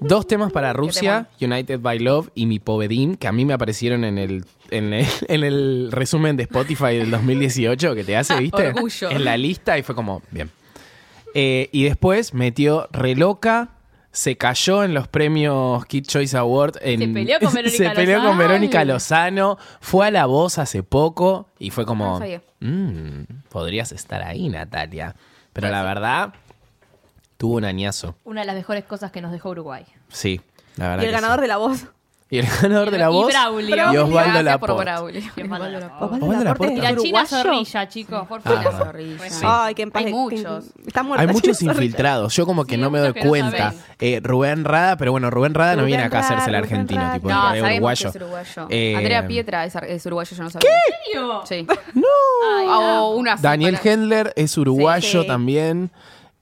[SPEAKER 1] Dos temas para Rusia, United by Love y Mi Povedín, que a mí me aparecieron en el, en el, en el resumen de Spotify del 2018 que te hace, ¿viste?
[SPEAKER 2] Orgullo.
[SPEAKER 1] En la lista y fue como, bien. Eh, y después metió Reloca, se cayó en los premios Kid Choice Award. En,
[SPEAKER 5] Se peleó con Verónica
[SPEAKER 1] se peleó con
[SPEAKER 5] Lozano.
[SPEAKER 1] Verónica Lozano, fue a La Voz hace poco y fue
[SPEAKER 2] No
[SPEAKER 1] como,
[SPEAKER 2] sabía.
[SPEAKER 1] "Mm, podrías estar ahí, Natalia. Pero la verdad, tuvo un añazo.
[SPEAKER 5] Una de las mejores cosas que nos dejó Uruguay.
[SPEAKER 1] Sí, la verdad.
[SPEAKER 4] Y el
[SPEAKER 1] que
[SPEAKER 4] ganador
[SPEAKER 1] sí.
[SPEAKER 4] de la voz.
[SPEAKER 1] Y el ganador de la
[SPEAKER 5] y
[SPEAKER 1] voz.
[SPEAKER 5] Braulio.
[SPEAKER 1] Y Osvaldo
[SPEAKER 2] Gracias por
[SPEAKER 1] Laporte.
[SPEAKER 2] Braulio.
[SPEAKER 5] Que manda la
[SPEAKER 2] Oh.
[SPEAKER 5] foto.
[SPEAKER 4] Osvaldo
[SPEAKER 1] Osvaldo
[SPEAKER 4] Laporte
[SPEAKER 1] Laporte.
[SPEAKER 5] Y
[SPEAKER 4] es
[SPEAKER 5] la china
[SPEAKER 4] uruguayo.
[SPEAKER 5] zorrilla, chicos, por
[SPEAKER 1] Ah,
[SPEAKER 5] favor.
[SPEAKER 2] Zorrilla.
[SPEAKER 1] Sí.
[SPEAKER 4] Ay, que en paz
[SPEAKER 2] Hay
[SPEAKER 4] des-
[SPEAKER 2] muchos.
[SPEAKER 4] que- está muerto.
[SPEAKER 1] Hay muchos
[SPEAKER 4] Sorry.
[SPEAKER 1] infiltrados. Yo como que
[SPEAKER 5] Sí,
[SPEAKER 1] no me doy
[SPEAKER 5] muchos que no
[SPEAKER 1] cuenta.
[SPEAKER 5] saben.
[SPEAKER 1] Eh, Rubén Rada, pero bueno, Rubén Rada no
[SPEAKER 4] Rubén
[SPEAKER 1] viene acá a
[SPEAKER 4] Rada,
[SPEAKER 1] hacerse el
[SPEAKER 4] Rubén
[SPEAKER 1] argentino,
[SPEAKER 4] Rada.
[SPEAKER 1] tipo,
[SPEAKER 2] No,
[SPEAKER 1] es
[SPEAKER 2] sabemos
[SPEAKER 1] uruguayo.
[SPEAKER 2] que es uruguayo.
[SPEAKER 1] Eh,
[SPEAKER 2] Andrea Pietra es, ar- es uruguayo, yo no sabía. ¿Qué? Sí. ¡No! o una así
[SPEAKER 1] Daniel
[SPEAKER 2] para-
[SPEAKER 1] Hendler es uruguayo
[SPEAKER 4] Sí.
[SPEAKER 1] también.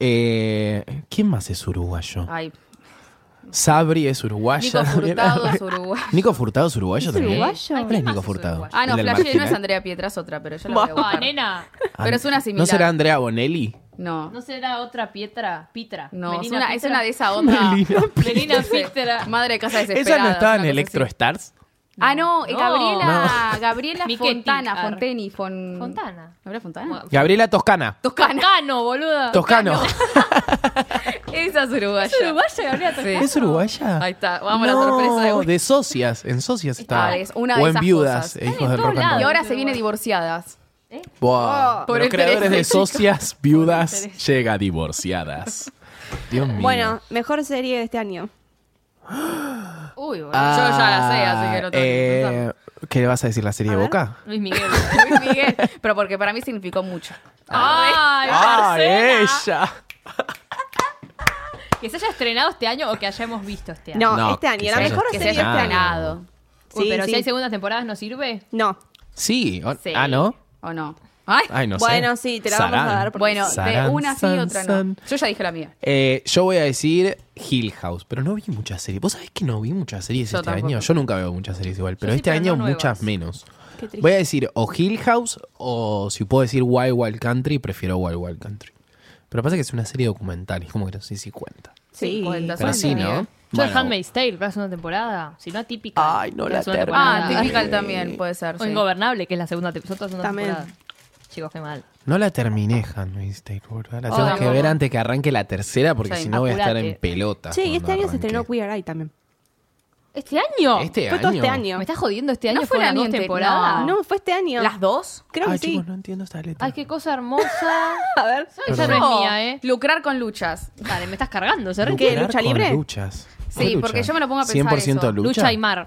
[SPEAKER 1] Eh, ¿Quién más es uruguayo?
[SPEAKER 2] Ay,
[SPEAKER 1] Sabri es uruguayo.
[SPEAKER 2] Ah. Nico
[SPEAKER 1] también.
[SPEAKER 2] Furtado es uruguayo.
[SPEAKER 1] Nico Furtado es uruguayo
[SPEAKER 4] ¿Es
[SPEAKER 1] también.
[SPEAKER 4] uruguayo?
[SPEAKER 1] ¿Cuál es Nico
[SPEAKER 5] es
[SPEAKER 1] Furtado?
[SPEAKER 5] uruguayo?
[SPEAKER 2] Ah, no,
[SPEAKER 1] ¿El del
[SPEAKER 2] Flashé no
[SPEAKER 1] Martinal?
[SPEAKER 2] es Andrea Pietra, es otra, pero yo la voy a
[SPEAKER 5] Ah,
[SPEAKER 2] buscar.
[SPEAKER 5] nena.
[SPEAKER 2] Pero es una
[SPEAKER 1] ¿No
[SPEAKER 2] similar.
[SPEAKER 1] será Andrea Bonelli?
[SPEAKER 2] No.
[SPEAKER 5] ¿No será otra Pietra? Pitra.
[SPEAKER 2] No, es
[SPEAKER 5] Melina
[SPEAKER 2] una, es
[SPEAKER 5] Pitra.
[SPEAKER 2] una de esa otra.
[SPEAKER 1] Melina
[SPEAKER 5] Melina
[SPEAKER 2] No sé,
[SPEAKER 5] Pitra.
[SPEAKER 2] Madre de casa desesperada.
[SPEAKER 1] ¿Esa no estaba en
[SPEAKER 2] una cosa
[SPEAKER 1] Electro
[SPEAKER 2] así.
[SPEAKER 1] Stars?
[SPEAKER 2] Ah, no, eh,
[SPEAKER 5] No.
[SPEAKER 2] Gabriela, Gabriela
[SPEAKER 5] Miquetti,
[SPEAKER 2] Fontana,
[SPEAKER 5] ar.
[SPEAKER 2] Fonteni, Fon-
[SPEAKER 5] Fontana.
[SPEAKER 2] ¿Gabriela Fontana?
[SPEAKER 1] Gabriela Toscana.
[SPEAKER 2] Toscana.
[SPEAKER 5] Toscano, boluda.
[SPEAKER 1] Toscano.
[SPEAKER 2] Esa es uruguaya.
[SPEAKER 5] Es uruguaya, Gabriela Toscano.
[SPEAKER 2] Sí.
[SPEAKER 1] ¿Es uruguaya?
[SPEAKER 2] Ahí está, vamos a la sorpresa de Will.
[SPEAKER 1] de socias, en socias estaba.
[SPEAKER 2] Ah, es una de
[SPEAKER 1] o en
[SPEAKER 2] esas
[SPEAKER 1] viudas,
[SPEAKER 2] cosas.
[SPEAKER 1] eh, hijos del
[SPEAKER 5] todos
[SPEAKER 1] rock and
[SPEAKER 5] lados.
[SPEAKER 1] roll.
[SPEAKER 2] Y ahora
[SPEAKER 5] es
[SPEAKER 2] se viene
[SPEAKER 5] uruguaya.
[SPEAKER 2] divorciadas.
[SPEAKER 1] Wow.
[SPEAKER 2] Por
[SPEAKER 1] Los
[SPEAKER 2] el
[SPEAKER 1] creadores de
[SPEAKER 2] interés, este chicos.
[SPEAKER 1] socias, viudas, llega divorciadas. Dios mío.
[SPEAKER 4] Bueno, mejor serie de este año.
[SPEAKER 2] Uy, bueno.
[SPEAKER 1] Ah,
[SPEAKER 2] Yo ya la sé, así que no tengo que
[SPEAKER 1] eh,
[SPEAKER 2] pensarlo.
[SPEAKER 1] ¿Qué le vas a decir? ¿La serie
[SPEAKER 4] A
[SPEAKER 1] de
[SPEAKER 4] ver.
[SPEAKER 1] Boca?
[SPEAKER 5] Luis Miguel.
[SPEAKER 2] Luis Miguel, pero porque para mí significó mucho.
[SPEAKER 5] Ay,
[SPEAKER 1] ¡Ah,
[SPEAKER 5] Marcela.
[SPEAKER 1] ella!
[SPEAKER 5] Que se haya estrenado este año o que hayamos visto este año.
[SPEAKER 4] No,
[SPEAKER 1] No,
[SPEAKER 4] este año.
[SPEAKER 1] que
[SPEAKER 4] La
[SPEAKER 1] se
[SPEAKER 4] mejor
[SPEAKER 1] haya-
[SPEAKER 2] Que se
[SPEAKER 4] serie de
[SPEAKER 2] haya
[SPEAKER 4] este
[SPEAKER 1] Ah.
[SPEAKER 4] año.
[SPEAKER 2] estrenado.
[SPEAKER 5] Uy,
[SPEAKER 4] Sí,
[SPEAKER 5] pero
[SPEAKER 4] sí.
[SPEAKER 5] si hay segundas temporadas, ¿no sirve?
[SPEAKER 4] No.
[SPEAKER 1] Sí. o-
[SPEAKER 2] Sí.
[SPEAKER 1] Ah, ¿no?
[SPEAKER 2] ¿O no? Ay.
[SPEAKER 1] Ay, no
[SPEAKER 4] Bueno,
[SPEAKER 1] sé.
[SPEAKER 4] sí, te la vamos a
[SPEAKER 1] Sarán.
[SPEAKER 4] dar porque-
[SPEAKER 2] Bueno, de
[SPEAKER 1] Sarán,
[SPEAKER 2] una sí y
[SPEAKER 1] san,
[SPEAKER 2] otra no.
[SPEAKER 1] san.
[SPEAKER 2] Yo ya dije la mía.
[SPEAKER 1] Eh, yo voy a decir Hill House, pero no vi muchas series. ¿Vos sabés que no vi muchas series
[SPEAKER 2] Yo
[SPEAKER 1] este
[SPEAKER 2] tampoco.
[SPEAKER 1] año? Yo nunca veo muchas series igual, pero
[SPEAKER 5] sí,
[SPEAKER 1] este
[SPEAKER 5] pero no
[SPEAKER 1] año
[SPEAKER 5] nuevas.
[SPEAKER 1] muchas menos.
[SPEAKER 4] Qué triste.
[SPEAKER 1] Voy a decir o Hill House o si puedo decir Wild Wild Country, prefiero Wild Wild Country. Pero pasa que es una serie documental, es como que no sé si cuenta.
[SPEAKER 4] Sí.
[SPEAKER 2] cuenta,
[SPEAKER 1] Pero
[SPEAKER 2] sí,
[SPEAKER 1] sí,
[SPEAKER 2] amiga.
[SPEAKER 1] ¿no?
[SPEAKER 5] Yo
[SPEAKER 1] Bueno,
[SPEAKER 5] el Handmaid's Tale, que es una temporada, si no atípica.
[SPEAKER 1] Ay, no
[SPEAKER 5] que
[SPEAKER 1] la
[SPEAKER 5] es una
[SPEAKER 1] termino.
[SPEAKER 2] Ah,
[SPEAKER 5] temporada.
[SPEAKER 2] Typical también puede ser.
[SPEAKER 5] O
[SPEAKER 2] sí.
[SPEAKER 5] Ingobernable, que es la segunda, te- son todas segunda
[SPEAKER 4] También.
[SPEAKER 5] temporada. Chicos, qué mal.
[SPEAKER 1] No la terminé, Handmaid's Tale, boluda. La tengo
[SPEAKER 5] Ay,
[SPEAKER 1] que
[SPEAKER 5] no.
[SPEAKER 1] ver antes que arranque la tercera porque
[SPEAKER 2] Sí,
[SPEAKER 1] si no voy a estar
[SPEAKER 5] apurate.
[SPEAKER 1] en pelota.
[SPEAKER 4] Che, y
[SPEAKER 1] cuando
[SPEAKER 4] este año se
[SPEAKER 1] arranque.
[SPEAKER 4] estrenó Queer Eye también.
[SPEAKER 5] ¿Este año?
[SPEAKER 1] Este
[SPEAKER 4] Fue
[SPEAKER 1] año.
[SPEAKER 4] todo este año.
[SPEAKER 5] ¿Me estás jodiendo este
[SPEAKER 2] ¿No
[SPEAKER 5] año?
[SPEAKER 2] fue el
[SPEAKER 5] fueron
[SPEAKER 2] año
[SPEAKER 5] dos
[SPEAKER 2] ante-
[SPEAKER 5] temporadas?
[SPEAKER 4] No, fue este año.
[SPEAKER 2] ¿Las dos?
[SPEAKER 4] Creo
[SPEAKER 1] Ay,
[SPEAKER 4] que sí.
[SPEAKER 1] chicos, no entiendo esta letra.
[SPEAKER 5] Ay, qué cosa hermosa.
[SPEAKER 4] A ver.
[SPEAKER 5] Esa no es
[SPEAKER 2] Yo,
[SPEAKER 5] mía, ¿eh?
[SPEAKER 2] Lucrar con luchas.
[SPEAKER 5] Dale, me estás cargando, ¿se
[SPEAKER 4] ¿Qué?
[SPEAKER 1] Lucrar
[SPEAKER 4] ¿Lucha
[SPEAKER 1] con
[SPEAKER 4] libre?
[SPEAKER 1] Luchas.
[SPEAKER 2] Sí,
[SPEAKER 1] ¿Qué
[SPEAKER 2] porque
[SPEAKER 1] lucha?
[SPEAKER 2] yo me lo pongo a pensar
[SPEAKER 1] 100%
[SPEAKER 2] eso.
[SPEAKER 1] lucha.
[SPEAKER 5] Lucha y mar.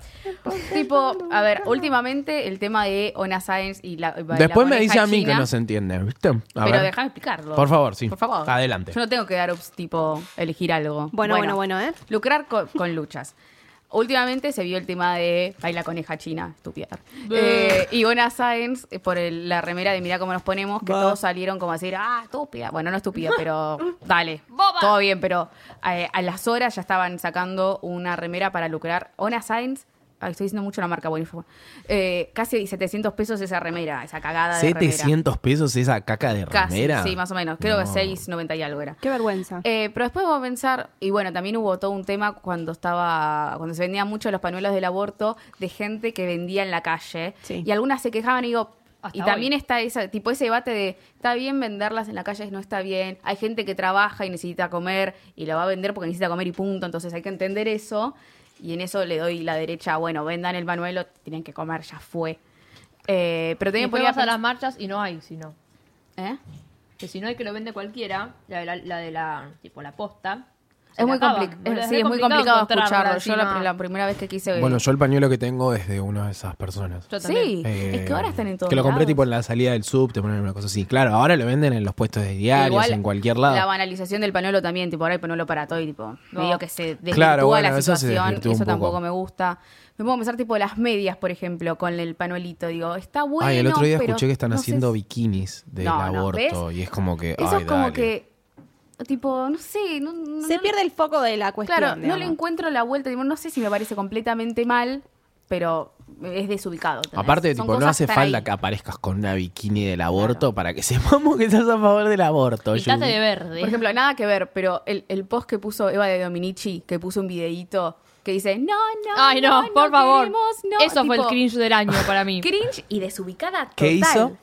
[SPEAKER 2] Tipo, a ver, últimamente el tema de Ona Science y la. y la
[SPEAKER 1] Después me
[SPEAKER 2] coneja
[SPEAKER 1] dice a mí que
[SPEAKER 2] china,
[SPEAKER 1] no se entiende, ¿viste? A
[SPEAKER 2] Pero
[SPEAKER 1] ver.
[SPEAKER 2] déjame explicarlo.
[SPEAKER 1] Por favor, sí.
[SPEAKER 2] Por favor.
[SPEAKER 1] Adelante.
[SPEAKER 2] Yo no tengo que dar, ups, tipo, elegir algo.
[SPEAKER 4] Bueno, bueno, bueno, ¿eh?
[SPEAKER 2] Lucrar co- con, luchas. Últimamente se vio el tema de Ay, la coneja china, estúpida. Eh, y Buena Science, eh, por el- la remera de Mirá cómo nos ponemos, que
[SPEAKER 4] Bah.
[SPEAKER 2] todos salieron como a decir, ah, estúpida. Bueno, no estúpida, pero dale. Todo bien, pero eh, a las horas ya estaban sacando una remera para lucrar. Buena Science, ay, estoy diciendo mucho la marca, bueno, fue- eh, casi 700 pesos esa remera, esa cagada de remera.
[SPEAKER 7] 700 pesos esa caca de
[SPEAKER 2] Casi,
[SPEAKER 7] remera.
[SPEAKER 2] sí, más o menos. Creo
[SPEAKER 7] No.
[SPEAKER 2] que 6.90 y algo era.
[SPEAKER 4] Qué vergüenza.
[SPEAKER 2] Eh, pero después vamos a pensar, y bueno, también hubo todo un tema cuando estaba, cuando se vendían mucho los pañuelos del aborto de gente que vendía en la calle.
[SPEAKER 4] Sí.
[SPEAKER 2] Y algunas se quejaban y digo,
[SPEAKER 5] Hasta
[SPEAKER 2] y también
[SPEAKER 5] hoy.
[SPEAKER 2] está esa, tipo ese debate de está bien venderlas en la calle, no está bien. Hay gente que trabaja y necesita comer y la va a vender porque necesita comer y punto. Entonces hay que entender eso. Y en eso le doy la derecha, bueno, vendan el pañuelo, tienen que comer, ya fue. Eh, pero
[SPEAKER 5] Y
[SPEAKER 2] también
[SPEAKER 5] después
[SPEAKER 2] podía
[SPEAKER 5] vas a las
[SPEAKER 2] pens-
[SPEAKER 5] marchas y no hay, si no.
[SPEAKER 2] ¿Eh?
[SPEAKER 5] Que si no hay que lo vende cualquiera, la de la, la de la, tipo, la posta. se
[SPEAKER 2] Es
[SPEAKER 5] la
[SPEAKER 2] muy,
[SPEAKER 5] acaban,
[SPEAKER 2] compli-
[SPEAKER 5] boludo.
[SPEAKER 2] es- sí,
[SPEAKER 5] re
[SPEAKER 2] es muy complicado
[SPEAKER 5] encontrarla
[SPEAKER 2] escucharlo. Yo la,
[SPEAKER 5] encima.
[SPEAKER 2] la primera vez que quise
[SPEAKER 1] Bueno, yo el pañuelo que tengo es de una de esas personas.
[SPEAKER 5] Yo también.
[SPEAKER 2] Sí, es que
[SPEAKER 1] Eh,
[SPEAKER 2] ahora están en todos
[SPEAKER 1] Que lo compré
[SPEAKER 2] lados.
[SPEAKER 1] tipo en la salida del sub, te ponen una cosa así. Claro, ahora lo venden en los puestos de diarios,
[SPEAKER 2] Igual,
[SPEAKER 1] en cualquier lado.
[SPEAKER 2] La banalización del pañuelo también, tipo, ahora el pañuelo para todo y tipo,
[SPEAKER 5] No.
[SPEAKER 2] medio que se desvirtúa
[SPEAKER 1] Claro, bueno,
[SPEAKER 2] la
[SPEAKER 1] eso se
[SPEAKER 2] situación, eso,
[SPEAKER 1] desvirtúa un poco.
[SPEAKER 2] tampoco me gusta. Me pongo a pensar tipo las medias, por ejemplo, con el pañuelito, digo, está bueno,
[SPEAKER 1] ay, el otro día
[SPEAKER 2] pero
[SPEAKER 1] escuché que están
[SPEAKER 2] no sé
[SPEAKER 1] haciendo
[SPEAKER 2] si-
[SPEAKER 1] bikinis del
[SPEAKER 2] No, no,
[SPEAKER 1] aborto
[SPEAKER 2] ¿ves?
[SPEAKER 1] y es como que.
[SPEAKER 2] Eso
[SPEAKER 1] ay,
[SPEAKER 2] es como
[SPEAKER 1] dale.
[SPEAKER 2] que tipo, no sé, no, no-
[SPEAKER 4] Se
[SPEAKER 2] no-
[SPEAKER 4] pierde el foco de la cuestión.
[SPEAKER 2] Claro, no
[SPEAKER 4] digamos.
[SPEAKER 2] le encuentro la vuelta, digo, no sé si me parece completamente mal, pero es desubicado. ¿entendés?
[SPEAKER 1] Aparte,
[SPEAKER 2] Son
[SPEAKER 1] tipo, no
[SPEAKER 2] cosas
[SPEAKER 1] hace
[SPEAKER 2] que están
[SPEAKER 1] falta
[SPEAKER 2] ahí.
[SPEAKER 1] que aparezcas con una bikini del aborto para que sepamos que estás a favor del aborto.
[SPEAKER 5] Pintate
[SPEAKER 1] Juli.
[SPEAKER 5] de verde.
[SPEAKER 2] Por ejemplo, nada que ver, pero el, el post que puso Eva de Dominici, que puso un videíto que dice, no, no,
[SPEAKER 5] Ay, no,
[SPEAKER 2] no,
[SPEAKER 5] por
[SPEAKER 2] no
[SPEAKER 5] favor.
[SPEAKER 2] queremos, no".
[SPEAKER 5] Eso fue el
[SPEAKER 2] Tipo,
[SPEAKER 5] cringe del año para mí.
[SPEAKER 2] Cringe y desubicada total.
[SPEAKER 1] ¿Qué hizo?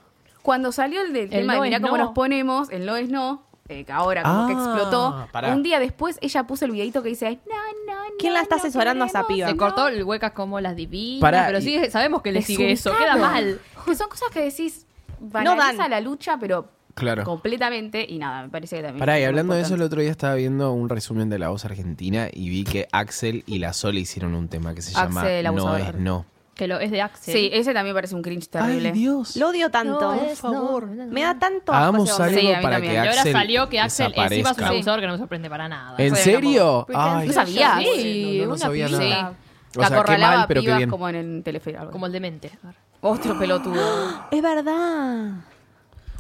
[SPEAKER 2] Cuando salió el del
[SPEAKER 5] El
[SPEAKER 2] tema de
[SPEAKER 5] no
[SPEAKER 2] mirá
[SPEAKER 5] es
[SPEAKER 2] cómo
[SPEAKER 5] no.
[SPEAKER 2] nos ponemos, el no es no, eh, que ahora como que
[SPEAKER 1] Ah,
[SPEAKER 2] explotó.
[SPEAKER 1] pará.
[SPEAKER 2] Un día después ella puso el videíto que dice, no, no, no.
[SPEAKER 4] ¿Quién la está
[SPEAKER 2] no
[SPEAKER 4] asesorando a esa
[SPEAKER 2] queremos,
[SPEAKER 4] piba?
[SPEAKER 5] Se
[SPEAKER 2] no".
[SPEAKER 5] cortó el huecas como las divinas,
[SPEAKER 1] Pará,
[SPEAKER 5] pero
[SPEAKER 1] y-
[SPEAKER 5] sí, sabemos que le sigue eso,
[SPEAKER 2] Desubicado.
[SPEAKER 5] queda mal.
[SPEAKER 2] Que son cosas que decís,
[SPEAKER 4] dan.
[SPEAKER 2] banaliza la lucha, pero
[SPEAKER 1] Claro.
[SPEAKER 2] completamente, y nada, me parece que también.
[SPEAKER 1] Pará, y
[SPEAKER 2] es muy
[SPEAKER 1] hablando de eso, el
[SPEAKER 2] importante.
[SPEAKER 1] otro día estaba viendo un resumen de La Voz Argentina y vi que Axel y La Sol hicieron un tema que se llama
[SPEAKER 2] Axel,
[SPEAKER 1] No
[SPEAKER 2] abusador.
[SPEAKER 1] es No.
[SPEAKER 5] Que lo es de Axel.
[SPEAKER 2] Sí, ese también parece un cringe terrible.
[SPEAKER 1] Dios!
[SPEAKER 4] Lo odio tanto.
[SPEAKER 5] favor.
[SPEAKER 4] Me da tanto asco
[SPEAKER 1] Hagamos algo
[SPEAKER 4] ese hombre.
[SPEAKER 2] Sí, a mí
[SPEAKER 1] para
[SPEAKER 2] también.
[SPEAKER 1] que
[SPEAKER 5] Y ahora
[SPEAKER 1] Axel
[SPEAKER 5] salió que Axel encima es un
[SPEAKER 1] desaparezca.
[SPEAKER 5] abusador que no me sorprende para nada.
[SPEAKER 1] ¿En
[SPEAKER 2] Sí,
[SPEAKER 1] serio? Ay,
[SPEAKER 2] ¿No sabías?
[SPEAKER 5] Sí,
[SPEAKER 1] no, no
[SPEAKER 5] una
[SPEAKER 1] sabía
[SPEAKER 5] pibita.
[SPEAKER 1] nada.
[SPEAKER 2] Sí.
[SPEAKER 1] O sea, qué
[SPEAKER 2] acorralaba
[SPEAKER 1] mal, pero qué
[SPEAKER 2] pibas
[SPEAKER 1] bien.
[SPEAKER 2] como en el telefe. algo.
[SPEAKER 5] Como el demente.
[SPEAKER 2] Otro pelotudo.
[SPEAKER 4] Es verdad.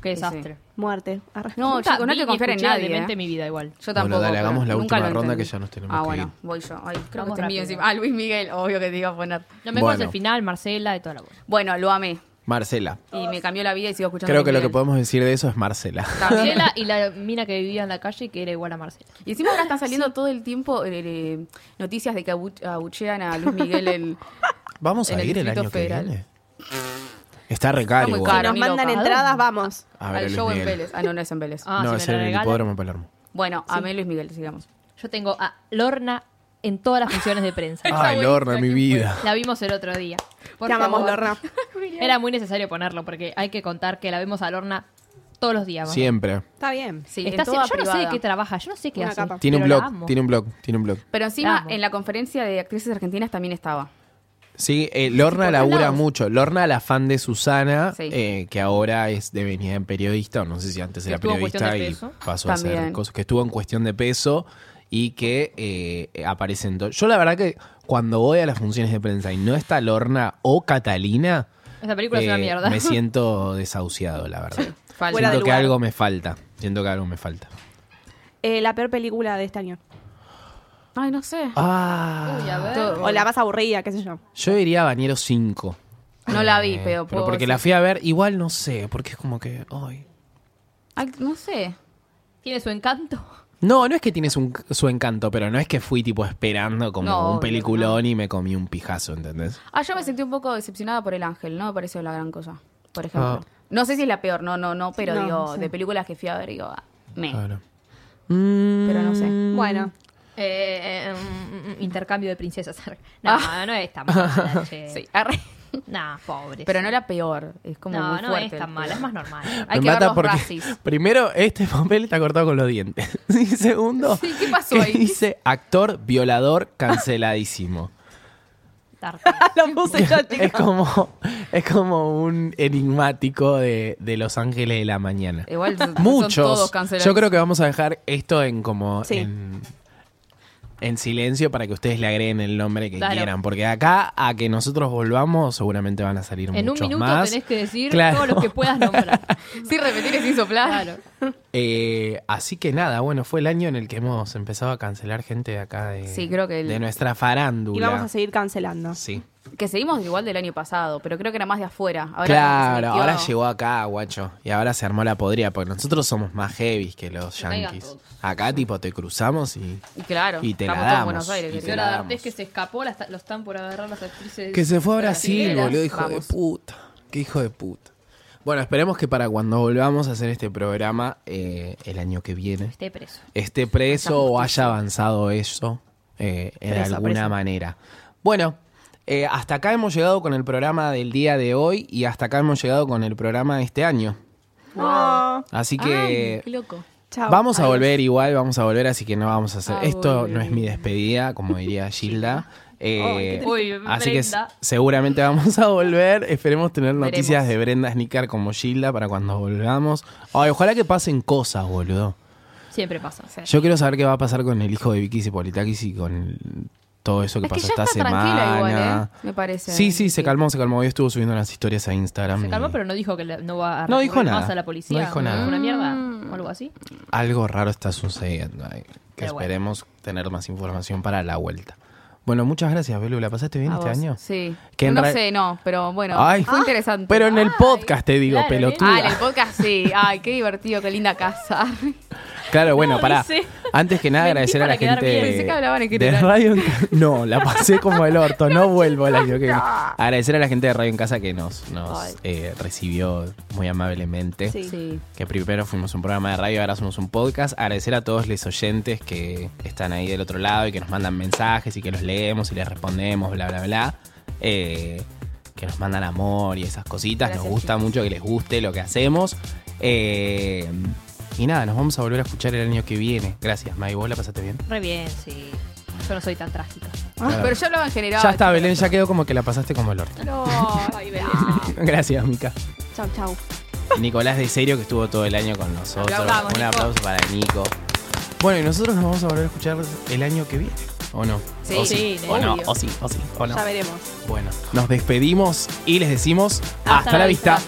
[SPEAKER 5] Qué
[SPEAKER 2] Sí,
[SPEAKER 5] desastre.
[SPEAKER 4] Muerte. Arre.
[SPEAKER 2] No,
[SPEAKER 5] Nunca
[SPEAKER 2] chicos, no hay
[SPEAKER 5] vi
[SPEAKER 2] que
[SPEAKER 5] ni
[SPEAKER 2] confiar en
[SPEAKER 5] escuché al
[SPEAKER 2] nadie.
[SPEAKER 5] demente en
[SPEAKER 2] ¿eh?
[SPEAKER 5] mi vida igual.
[SPEAKER 2] Yo
[SPEAKER 1] Bueno,
[SPEAKER 2] tampoco.
[SPEAKER 1] dale,
[SPEAKER 2] pero
[SPEAKER 1] hagamos la
[SPEAKER 2] nunca
[SPEAKER 1] última
[SPEAKER 2] lo
[SPEAKER 1] ronda que
[SPEAKER 2] entendí.
[SPEAKER 1] ya nos tenemos
[SPEAKER 2] Ah,
[SPEAKER 1] que
[SPEAKER 2] bueno,
[SPEAKER 1] ir.
[SPEAKER 2] voy yo. Ay, creo que
[SPEAKER 5] Vamos
[SPEAKER 2] este es mío
[SPEAKER 5] rápido.
[SPEAKER 2] encima. Ah, Luis Miguel, obvio que te iba a poner.
[SPEAKER 5] Lo mejor es
[SPEAKER 1] Bueno.
[SPEAKER 5] el final, Marcela, de toda la bola.
[SPEAKER 2] Bueno, lo amé.
[SPEAKER 1] Marcela.
[SPEAKER 2] Y me cambió la vida y sigo escuchando.
[SPEAKER 1] Creo
[SPEAKER 2] Luis
[SPEAKER 1] que lo que
[SPEAKER 2] Miguel.
[SPEAKER 1] podemos decir de eso es Marcela.
[SPEAKER 2] También.
[SPEAKER 5] Marcela y la mina que vivía en la calle que era igual a Marcela.
[SPEAKER 2] Y encima ahora están saliendo todo el tiempo eh, eh, noticias de que abu- abuchean a Luis Miguel en.
[SPEAKER 1] Vamos
[SPEAKER 2] En
[SPEAKER 1] a
[SPEAKER 2] el
[SPEAKER 1] ir el
[SPEAKER 2] Distrito
[SPEAKER 1] año
[SPEAKER 2] Federal.
[SPEAKER 1] que viene. Está re caro.
[SPEAKER 2] Está muy
[SPEAKER 1] igual.
[SPEAKER 2] caro.
[SPEAKER 4] Nos
[SPEAKER 2] ni
[SPEAKER 4] mandan
[SPEAKER 2] loca.
[SPEAKER 4] entradas, vamos.
[SPEAKER 1] A ver,
[SPEAKER 2] al
[SPEAKER 1] Luis
[SPEAKER 2] show en
[SPEAKER 1] Miguel.
[SPEAKER 2] Vélez. Ah, no, no es en Vélez.
[SPEAKER 5] Ah,
[SPEAKER 1] no,
[SPEAKER 5] si
[SPEAKER 1] es
[SPEAKER 5] me la
[SPEAKER 1] en el
[SPEAKER 5] regalan.
[SPEAKER 1] hipódromo de Palermo.
[SPEAKER 2] Bueno, amé Luis Miguel, sigamos.
[SPEAKER 5] Yo tengo a Lorna en todas las funciones de prensa.
[SPEAKER 1] Ay, Lorna, mi vida.
[SPEAKER 5] La vimos el otro día. Por
[SPEAKER 4] Te amamos,
[SPEAKER 5] favor.
[SPEAKER 4] Lorna.
[SPEAKER 5] Era muy necesario ponerlo porque hay que contar que la vemos a Lorna todos los días. ¿no?
[SPEAKER 1] Siempre.
[SPEAKER 4] Está bien.
[SPEAKER 2] Sí,
[SPEAKER 5] Está
[SPEAKER 2] en toda
[SPEAKER 5] haciendo- yo no sé de
[SPEAKER 2] privada.
[SPEAKER 5] qué trabaja, yo no sé qué
[SPEAKER 4] Una
[SPEAKER 5] hace.
[SPEAKER 4] capa.
[SPEAKER 1] Tiene un
[SPEAKER 5] pero la
[SPEAKER 1] blog,
[SPEAKER 5] amo.
[SPEAKER 1] tiene un blog, tiene un blog.
[SPEAKER 2] Pero encima,
[SPEAKER 5] Amo.
[SPEAKER 2] en la conferencia de actrices argentinas también estaba.
[SPEAKER 1] Sí, eh, Lorna labura
[SPEAKER 5] lados.
[SPEAKER 1] mucho. Lorna, la fan de Susana,
[SPEAKER 2] Sí.
[SPEAKER 1] eh, que ahora es devenida en periodista, o no sé si antes
[SPEAKER 5] Que
[SPEAKER 1] era
[SPEAKER 5] estuvo en Cuestión
[SPEAKER 1] periodista
[SPEAKER 5] de
[SPEAKER 1] y
[SPEAKER 5] Peso.
[SPEAKER 1] pasó a hacer
[SPEAKER 2] También.
[SPEAKER 1] cosas, que estuvo en cuestión de peso y que eh, eh, aparece en todo. Yo la verdad que cuando voy a las funciones de prensa y no está Lorna o Catalina,
[SPEAKER 5] Esa película es una
[SPEAKER 1] eh,
[SPEAKER 5] mierda.
[SPEAKER 1] me siento desahuciado, la verdad.
[SPEAKER 2] Falso.
[SPEAKER 4] Fuera de
[SPEAKER 1] Siento que
[SPEAKER 4] lugar.
[SPEAKER 1] algo me falta, siento que algo me falta.
[SPEAKER 4] Eh, la peor película de este año.
[SPEAKER 2] Ay, no sé.
[SPEAKER 1] Ah,
[SPEAKER 5] Uy, a ver.
[SPEAKER 4] O la más aburrida, qué sé yo.
[SPEAKER 1] yo diría Bañero 5.
[SPEAKER 2] No la vi,
[SPEAKER 1] Eh,
[SPEAKER 2] pero, puedo
[SPEAKER 1] porque
[SPEAKER 2] decir-
[SPEAKER 1] la fui a ver, igual no sé, porque es como que... Ay.
[SPEAKER 2] Ay, no sé.
[SPEAKER 5] Tiene su encanto.
[SPEAKER 1] No, no es que tienes un- su encanto, pero no es que fui tipo esperando como
[SPEAKER 2] No,
[SPEAKER 1] un
[SPEAKER 2] obvio,
[SPEAKER 1] peliculón y me comí un pijazo, ¿entendés?
[SPEAKER 2] Ah, yo me sentí un poco decepcionada por El Ángel, no me pareció la gran cosa, por ejemplo.
[SPEAKER 1] Ah.
[SPEAKER 2] No sé si es la peor, no, no, no, pero
[SPEAKER 4] No,
[SPEAKER 2] digo,
[SPEAKER 4] no sé.
[SPEAKER 2] de películas que fui a ver, digo, ah, me.
[SPEAKER 1] Claro. Mm,
[SPEAKER 2] Pero no sé.
[SPEAKER 4] Mm. Bueno,
[SPEAKER 5] Eh, eh, mm, mm, intercambio de princesas. No, no es tan mala, che.
[SPEAKER 2] Ah. Sí, arre.
[SPEAKER 5] Nah, pobre.
[SPEAKER 2] Pero no la peor, es como
[SPEAKER 5] No,
[SPEAKER 2] muy
[SPEAKER 5] no
[SPEAKER 2] fuerte.
[SPEAKER 5] es tan mala, es más normal.
[SPEAKER 2] Hay
[SPEAKER 1] me
[SPEAKER 2] que ver
[SPEAKER 1] mata
[SPEAKER 2] los
[SPEAKER 1] porque
[SPEAKER 2] racis.
[SPEAKER 1] primero este papel está cortado con los dientes. Y segundo,
[SPEAKER 2] Sí, ¿qué pasó
[SPEAKER 1] que
[SPEAKER 2] ahí?
[SPEAKER 1] dice actor violador canceladísimo.
[SPEAKER 5] Tarta.
[SPEAKER 4] la Ah, puse yo, chicos.
[SPEAKER 1] es como es como un enigmático de, de Los Ángeles de la Mañana.
[SPEAKER 2] Igual Eh, son- son
[SPEAKER 1] Muchos.
[SPEAKER 2] todos cancelados.
[SPEAKER 1] Yo creo que vamos a dejar esto en como
[SPEAKER 4] Sí.
[SPEAKER 1] en, en silencio para que ustedes le agreguen el nombre que
[SPEAKER 5] Claro.
[SPEAKER 1] quieran. Porque de acá a que nosotros volvamos, seguramente van a salir
[SPEAKER 5] En un
[SPEAKER 1] muchos
[SPEAKER 5] minuto
[SPEAKER 1] más.
[SPEAKER 5] tenés que decir
[SPEAKER 1] Claro.
[SPEAKER 5] todos los que puedas nombrar.
[SPEAKER 2] Sin repetir y sin soplar.
[SPEAKER 5] Claro.
[SPEAKER 1] Eh, así que nada, bueno, fue el año en el que hemos empezado a cancelar gente de acá de,
[SPEAKER 2] Sí, creo que el-
[SPEAKER 1] de nuestra farándula.
[SPEAKER 4] Y vamos a seguir cancelando.
[SPEAKER 1] Sí.
[SPEAKER 2] Que seguimos igual del año pasado, pero creo que era más de afuera. Ahora como que
[SPEAKER 1] claro,
[SPEAKER 2] se metió-
[SPEAKER 1] ahora llegó acá, guacho. Y ahora se armó la podrida, porque nosotros somos más heavy que los
[SPEAKER 5] caigan
[SPEAKER 1] yankees.
[SPEAKER 5] todos.
[SPEAKER 1] Acá, tipo, te cruzamos y.
[SPEAKER 2] Y claro,
[SPEAKER 1] Y te la
[SPEAKER 2] estamos todos en
[SPEAKER 1] damos,
[SPEAKER 2] Buenos Aires.
[SPEAKER 1] y
[SPEAKER 2] querido.
[SPEAKER 1] te la
[SPEAKER 5] Señora
[SPEAKER 1] damos.
[SPEAKER 5] D'Artés que se escapó, la está- lo están por agarrar las actrices.
[SPEAKER 1] Que se fue a Brasil,
[SPEAKER 5] brasileras.
[SPEAKER 1] boludo, hijo
[SPEAKER 2] vamos.
[SPEAKER 1] de puta. Qué hijo de puta. Bueno, esperemos que para cuando volvamos a hacer este programa eh, el año que viene
[SPEAKER 5] Esté preso.
[SPEAKER 1] esté preso o haya avanzado eso eh, en
[SPEAKER 4] Preso,
[SPEAKER 1] alguna
[SPEAKER 4] preso.
[SPEAKER 1] manera. Bueno, eh, hasta acá hemos llegado con el programa del día de hoy y hasta acá hemos llegado con el programa de este año.
[SPEAKER 4] No.
[SPEAKER 1] Así
[SPEAKER 2] Ay,
[SPEAKER 1] que
[SPEAKER 2] qué loco.
[SPEAKER 4] Chao.
[SPEAKER 1] Vamos a
[SPEAKER 4] Adiós.
[SPEAKER 1] volver igual, vamos a volver, así que no vamos a hacer.
[SPEAKER 2] Ah,
[SPEAKER 1] Esto
[SPEAKER 2] bueno.
[SPEAKER 1] no es mi despedida, como diría Gilda. Eh,
[SPEAKER 5] qué triste. Uy,
[SPEAKER 1] así que s-
[SPEAKER 5] Brenda.
[SPEAKER 1] seguramente vamos a volver. Esperemos tener
[SPEAKER 2] Veremos.
[SPEAKER 1] noticias de Brenda Snicker como Gilda para cuando volvamos. Ay, ojalá que pasen cosas, boludo.
[SPEAKER 5] Siempre pasa.
[SPEAKER 1] Yo quiero saber qué va a pasar con el hijo de Vicky Politakis y con el- todo eso que
[SPEAKER 2] Es que
[SPEAKER 1] pasó
[SPEAKER 2] ya
[SPEAKER 1] esta
[SPEAKER 2] está
[SPEAKER 1] semana.
[SPEAKER 2] tranquila igual, ¿eh? Me parece.
[SPEAKER 1] Sí, sí, se
[SPEAKER 2] Sí.
[SPEAKER 1] calmó, se calmó. Hoy estuvo subiendo unas historias a Instagram.
[SPEAKER 5] Se calmó,
[SPEAKER 1] y
[SPEAKER 5] pero no dijo que la- no va a
[SPEAKER 1] No dijo
[SPEAKER 5] recurrir
[SPEAKER 1] nada.
[SPEAKER 5] más a la policía.
[SPEAKER 1] No dijo nada.
[SPEAKER 5] ¿Una mierda? ¿O algo así?
[SPEAKER 1] Algo raro está sucediendo ahí. Que
[SPEAKER 5] Pero bueno.
[SPEAKER 1] esperemos tener más información para la vuelta. Bueno, muchas gracias, Belu. ¿La pasaste bien
[SPEAKER 2] A
[SPEAKER 1] este
[SPEAKER 2] vos.
[SPEAKER 1] año?
[SPEAKER 2] Sí.
[SPEAKER 1] Que en
[SPEAKER 2] no
[SPEAKER 1] ra-
[SPEAKER 2] sé, no, pero bueno,
[SPEAKER 1] Ay,
[SPEAKER 2] fue interesante.
[SPEAKER 1] Pero en el podcast te digo,
[SPEAKER 5] claro,
[SPEAKER 1] pelotuda.
[SPEAKER 2] Ah, en el podcast sí. Ay, qué divertido, qué linda casa.
[SPEAKER 1] Ah, Claro, bueno, pará.
[SPEAKER 5] dice-
[SPEAKER 1] Antes que nada,
[SPEAKER 5] Mentí
[SPEAKER 1] agradecer a la
[SPEAKER 5] para quedar
[SPEAKER 1] gente
[SPEAKER 5] bien.
[SPEAKER 2] Pensé que hablaban en
[SPEAKER 1] de
[SPEAKER 2] general.
[SPEAKER 1] Radio en Casa. No, la pasé como el orto. No vuelvo el año que viene. Agradecer a la gente de Radio en Casa que nos, nos eh, recibió muy amablemente.
[SPEAKER 4] Sí.
[SPEAKER 2] Sí.
[SPEAKER 1] Que primero fuimos un programa de radio, ahora somos un podcast. Agradecer a todos los oyentes que están ahí del otro lado y que nos mandan mensajes y que los leemos y les respondemos, bla, bla, bla. Eh, que nos mandan amor y esas cositas. nos gusta mucho que les guste lo que hacemos. Eh, y nada, nos vamos a volver a escuchar el año que viene. Gracias, May. ¿Vos la pasaste bien?
[SPEAKER 5] Re bien, sí. Yo no soy tan trágica.
[SPEAKER 1] Claro.
[SPEAKER 2] Pero yo hablaba en general.
[SPEAKER 1] Ya está, Belén, ya quedó como que la pasaste como el orto.
[SPEAKER 4] No.
[SPEAKER 1] Gracias, Mica.
[SPEAKER 4] Chao, chao.
[SPEAKER 1] Y Nicolás de Serio, que estuvo todo el año con nosotros.
[SPEAKER 2] Aplaudamos,
[SPEAKER 1] Un
[SPEAKER 2] Nico.
[SPEAKER 1] aplauso para Nico. Bueno, y nosotros nos vamos a volver a escuchar el añno que viene. ¿O no?
[SPEAKER 2] Sí.
[SPEAKER 1] o sí.
[SPEAKER 5] Sí,
[SPEAKER 1] o no,
[SPEAKER 5] obvio.
[SPEAKER 1] o sí, o sí, o no.
[SPEAKER 4] Ya veremos.
[SPEAKER 1] Bueno, nos despedimos y les decimos hasta, la vista.